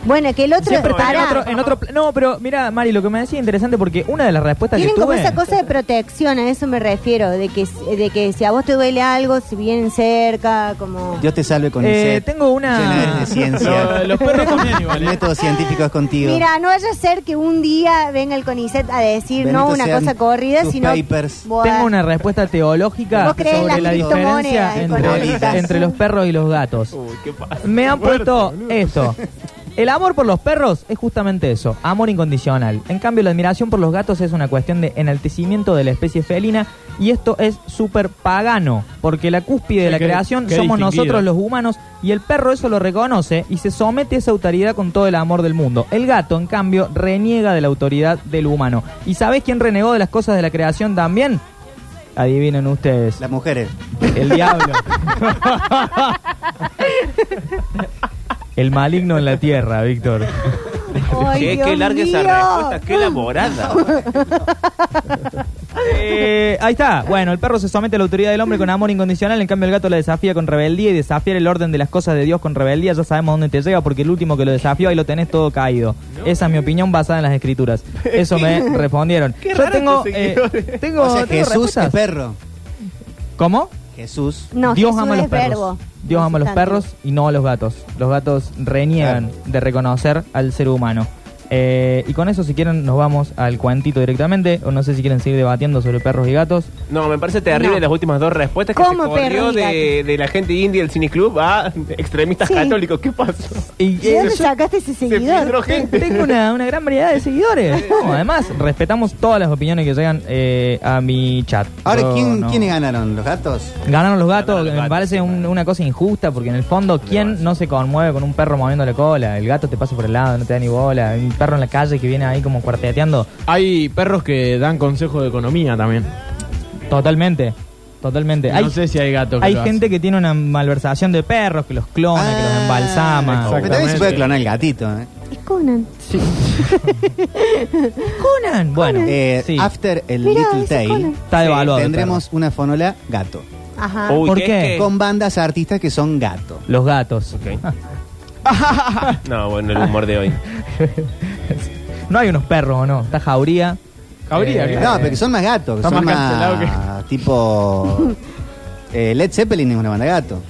Speaker 6: Bueno, que el otro...
Speaker 4: Siempre está en
Speaker 6: Pará.
Speaker 4: otro, en otro pla- No, pero mira, Mari, lo que me decía interesante porque una de las respuestas
Speaker 6: Tienen
Speaker 4: que
Speaker 6: como
Speaker 4: tuve.
Speaker 6: esa cosa de protección, a eso me refiero, de que, de que si a vos te duele algo, si vienen cerca, como...
Speaker 2: Dios te salve con
Speaker 4: Eh,
Speaker 2: Icet.
Speaker 4: tengo una-
Speaker 2: Llena de ciencia.
Speaker 5: Lo- los perros también
Speaker 2: El
Speaker 5: igual. ¿eh?
Speaker 2: método científico es contigo.
Speaker 6: Mira, no vaya a ser que un día venga el CONICET a decir
Speaker 2: Bendito
Speaker 6: no una
Speaker 2: sean
Speaker 6: cosa corrida,
Speaker 2: tus
Speaker 6: sino...
Speaker 2: papers.
Speaker 6: Bueno,
Speaker 4: Tengo una respuesta teológica
Speaker 6: ¿Vos crees en
Speaker 4: sobre la
Speaker 6: las
Speaker 4: diferencia
Speaker 6: criptomonedas
Speaker 2: económicas?
Speaker 4: entre, entre los perros y los gatos.
Speaker 3: Uy, qué pasa.
Speaker 4: Me han
Speaker 3: Fuerte,
Speaker 4: puesto
Speaker 3: boludo.
Speaker 4: esto. El amor por los perros es justamente eso, amor incondicional. En cambio, la admiración por los gatos es una cuestión de enaltecimiento de la especie felina y esto es súper pagano, porque la cúspide de
Speaker 5: Sí,
Speaker 4: la
Speaker 5: qué-
Speaker 4: creación
Speaker 5: qué
Speaker 4: somos
Speaker 5: distinguido.
Speaker 4: nosotros los humanos y el perro eso lo reconoce y se somete a esa autoridad con todo el amor del mundo. El gato, en cambio, reniega de la autoridad del humano. ¿Y sabés quién renegó de las cosas de la creación también? Adivinen ustedes.
Speaker 2: Las mujeres.
Speaker 4: El diablo. El maligno en la tierra, Víctor.
Speaker 6: ¡ay,
Speaker 3: Che, qué
Speaker 6: Dios
Speaker 3: larga esa
Speaker 6: mío!
Speaker 3: respuesta, qué elaborada.
Speaker 4: Eh, ahí está. Bueno, el perro se somete a la autoridad del hombre con amor incondicional. En cambio, el gato la desafía con rebeldía y desafiar el orden de las cosas de Dios con rebeldía. Ya sabemos dónde te llega porque el último que lo desafió ahí lo tenés todo caído. Esa es mi opinión basada en las escrituras. Eso me respondieron. Yo tengo. eh, tengo,
Speaker 2: O sea,
Speaker 4: tengo
Speaker 2: Jesús es
Speaker 4: respuestas.
Speaker 2: perro.
Speaker 4: ¿Cómo?
Speaker 2: Jesús.
Speaker 6: No,
Speaker 4: Dios
Speaker 6: Jesús
Speaker 4: ama a los
Speaker 6: es
Speaker 4: perros.
Speaker 6: verbo,
Speaker 4: Dios
Speaker 6: no
Speaker 4: ama a los
Speaker 6: sustantivo.
Speaker 4: perros y no a los gatos. Los gatos reniegan de reconocer al ser humano. Eh, y con eso, si quieren, nos vamos al cuantito directamente. O no sé si quieren seguir debatiendo sobre perros y gatos.
Speaker 3: No, me parece terrible
Speaker 6: No.
Speaker 3: las últimas dos respuestas que se
Speaker 6: ¿Cómo,
Speaker 3: corrió
Speaker 6: perro y
Speaker 3: de, de la gente indie del cineclub a extremistas
Speaker 6: Sí.
Speaker 3: católicos. ¿Qué pasó?
Speaker 4: Y
Speaker 6: ¿De
Speaker 4: eh,
Speaker 6: dónde
Speaker 4: yo
Speaker 6: sacaste ese
Speaker 3: Se filtró
Speaker 6: seguidor?
Speaker 3: gente.
Speaker 4: tengo una, una gran variedad de seguidores. No, además, respetamos todas las opiniones que llegan eh, a mi chat.
Speaker 2: Ahora,
Speaker 4: Yo
Speaker 2: ¿quién,
Speaker 4: no-
Speaker 2: ¿quiénes ganaron? ¿Los gatos?
Speaker 4: Ganaron los gatos,
Speaker 3: Ganaron los
Speaker 4: me
Speaker 3: gatos,
Speaker 4: parece
Speaker 3: sí,
Speaker 4: un- una cosa injusta porque en el fondo, ¿quién no se conmueve con un perro moviendo la cola? El gato te pasa por el lado, no te da ni bola. Un perro en la calle que viene ahí como cuarteteando.
Speaker 5: Hay perros que dan consejos de economía también.
Speaker 4: Totalmente, totalmente. hay
Speaker 5: no sé si hay gatos que
Speaker 4: hay
Speaker 5: lo
Speaker 4: gente que tiene una malversación de perros, que los clona, que los
Speaker 2: Ah,
Speaker 4: embalsama.
Speaker 2: Pero también se
Speaker 5: Exactamente.
Speaker 2: puede clonar el gatito. ¿eh?
Speaker 6: Es Conan.
Speaker 4: Conan. Bueno,
Speaker 2: Eh,
Speaker 4: sí.
Speaker 2: After el
Speaker 6: Mirá,
Speaker 2: Little
Speaker 6: ese
Speaker 2: Tail, eh,
Speaker 6: Conan.
Speaker 4: Está devaluado el
Speaker 2: tendremos una fonola gato.
Speaker 6: Ajá.
Speaker 3: Uy,
Speaker 4: ¿Por
Speaker 3: que
Speaker 4: qué?
Speaker 3: es que-
Speaker 2: Con bandas artistas que son gato.
Speaker 4: los gatos.
Speaker 3: Ok. No, bueno, el humor de hoy.
Speaker 4: No hay unos perros, ¿o no? Está Jauría.
Speaker 5: Jauría,
Speaker 4: Eh,
Speaker 2: No, pero que son más gatos. Que
Speaker 5: Está
Speaker 2: son
Speaker 5: más
Speaker 2: más,
Speaker 5: cancelado
Speaker 2: tipo... eh, Led Zeppelin es una banda gato.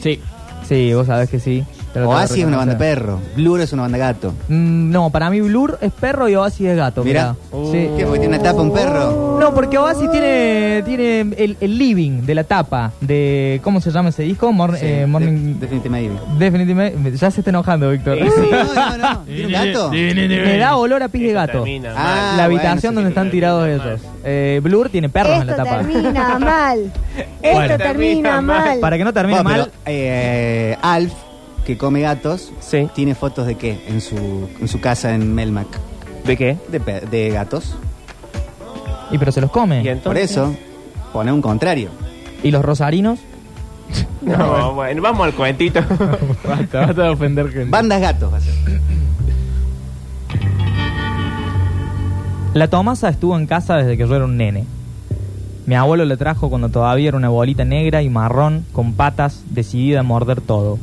Speaker 5: Sí.
Speaker 4: Sí, vos sabés que sí. Te lo tengo que
Speaker 2: Oasis es una banda
Speaker 4: reconocer.
Speaker 2: perro. Blur es una banda gato.
Speaker 4: Mm, no, para mí Blur es perro y Oasis es gato.
Speaker 2: Mirá. Uh,
Speaker 4: Mirá. Sí.
Speaker 2: ¿Qué? Porque tiene una tapa un perro.
Speaker 4: No, porque Oasis tiene, tiene el, el living de la tapa de. ¿Cómo se llama ese disco? Mor-
Speaker 2: Sí,
Speaker 4: eh, morning.
Speaker 2: de- definitivamente.
Speaker 4: Definitivamente. Ya se está enojando, Víctor.
Speaker 2: No, no, no. ¿Tiene un gato?
Speaker 4: Me da olor a pis de
Speaker 3: Esto
Speaker 4: gato.
Speaker 3: termina
Speaker 2: Ah,
Speaker 4: la
Speaker 2: bueno,
Speaker 4: habitación
Speaker 2: sí,
Speaker 4: donde están tirados
Speaker 3: termina
Speaker 4: ellos. Eh, Blur tiene perros en la
Speaker 6: Esto
Speaker 4: tapa.
Speaker 6: termina mal. Esto
Speaker 4: Bueno.
Speaker 6: termina mal.
Speaker 4: Para que no termine
Speaker 2: Bueno,
Speaker 4: mal.
Speaker 2: pero, eh, Alf, que come gatos,
Speaker 3: Sí.
Speaker 2: tiene fotos de qué en su, en su casa en Melmac.
Speaker 3: ¿De qué?
Speaker 2: de, pe- de gatos.
Speaker 4: Y pero se los come.
Speaker 3: ¿Y entonces?
Speaker 2: Por eso, pone un contrario.
Speaker 4: ¿Y los rosarinos?
Speaker 3: No, bueno, vamos al cuentito.
Speaker 5: Basta, basta de ofender gente.
Speaker 2: Bandas gatos va a ser.
Speaker 4: La Tomasa estuvo en casa desde que yo era un nene. Mi abuelo le trajo cuando todavía era una bolita negra y marrón con patas decidida a morder todo.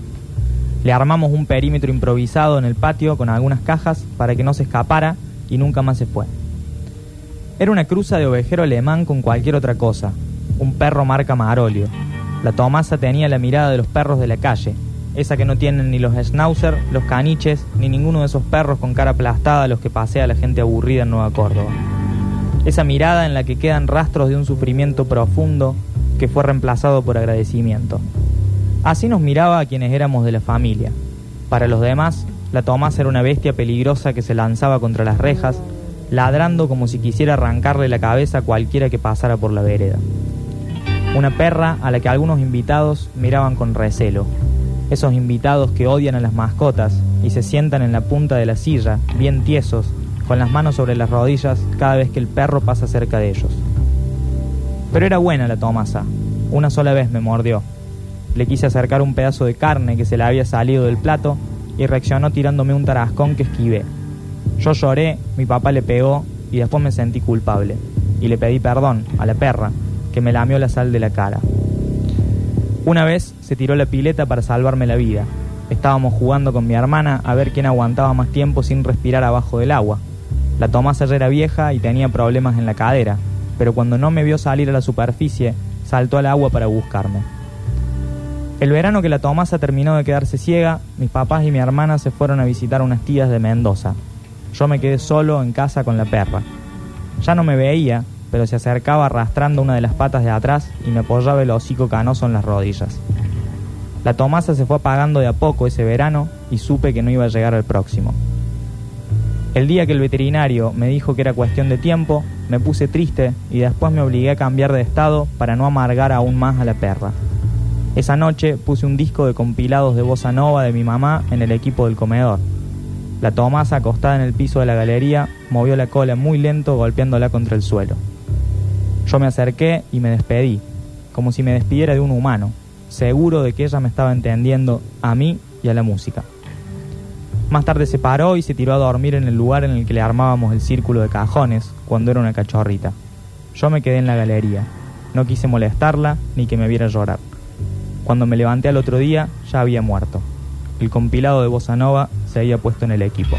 Speaker 4: Le armamos un perímetro improvisado en el patio con algunas cajas para que no se escapara y nunca más se fue. Era una cruza de ovejero alemán con cualquier otra cosa, un perro marca Marolio. La Tomasa tenía la mirada de los perros de la calle, esa que no tienen ni los schnauzer, los caniches, ni ninguno de esos perros con cara aplastada a los que pasea la gente aburrida en Nueva Córdoba. Esa mirada en la que quedan rastros de un sufrimiento profundo que fue reemplazado por agradecimiento. Así nos miraba a quienes éramos de la familia. Para los demás, la Tomás era una bestia peligrosa que se lanzaba contra las rejas, ladrando como si quisiera arrancarle la cabeza a cualquiera que pasara por la vereda. Una perra a la que algunos invitados miraban con recelo. Esos invitados que odian a las mascotas y se sientan en la punta de la silla, bien tiesos, con las manos sobre las rodillas cada vez que el perro pasa cerca de ellos. Pero era buena la Tomasa. Una sola vez me mordió. Le quise acercar un pedazo de carne que se le había salido del plato y reaccionó tirándome un tarascón que esquivé. Yo lloré, mi papá le pegó y después me sentí culpable. Y le pedí perdón a la perra, que me lamió la sal de la cara. Una vez se tiró la pileta para salvarme la vida. Estábamos jugando con mi hermana a ver quién aguantaba más tiempo sin respirar abajo del agua. La Tomasa ya era vieja y tenía problemas en la cadera, pero cuando no me vio salir a la superficie, saltó al agua para buscarme. El verano que la Tomasa terminó de quedarse ciega, mis papás y mi hermana se fueron a visitar unas tías de Mendoza. Yo me quedé solo en casa con la perra. Ya no me veía, pero se acercaba arrastrando una de las patas de atrás y me apoyaba el hocico canoso en las rodillas. La Tomasa se fue apagando de a poco ese verano y supe que no iba a llegar al próximo. El día que el veterinario me dijo que era cuestión de tiempo, me puse triste y después me obligué a cambiar de estado para no amargar aún más a la perra. Esa noche puse un disco de compilados de bossa nova de mi mamá en el equipo del comedor. La Tomasa, acostada en el piso de la galería, movió la cola muy lento golpeándola contra el suelo. Yo me acerqué y me despedí, como si me despidiera de un humano, seguro de que ella me estaba entendiendo a mí y a la música. Más tarde se paró y se tiró a dormir en el lugar en el que le armábamos el círculo de cajones cuando era una cachorrita. Yo me quedé en la galería. No quise molestarla ni que me viera llorar. Cuando me levanté al otro día, ya había muerto. El compilado de Bossa Nova se había puesto en el equipo.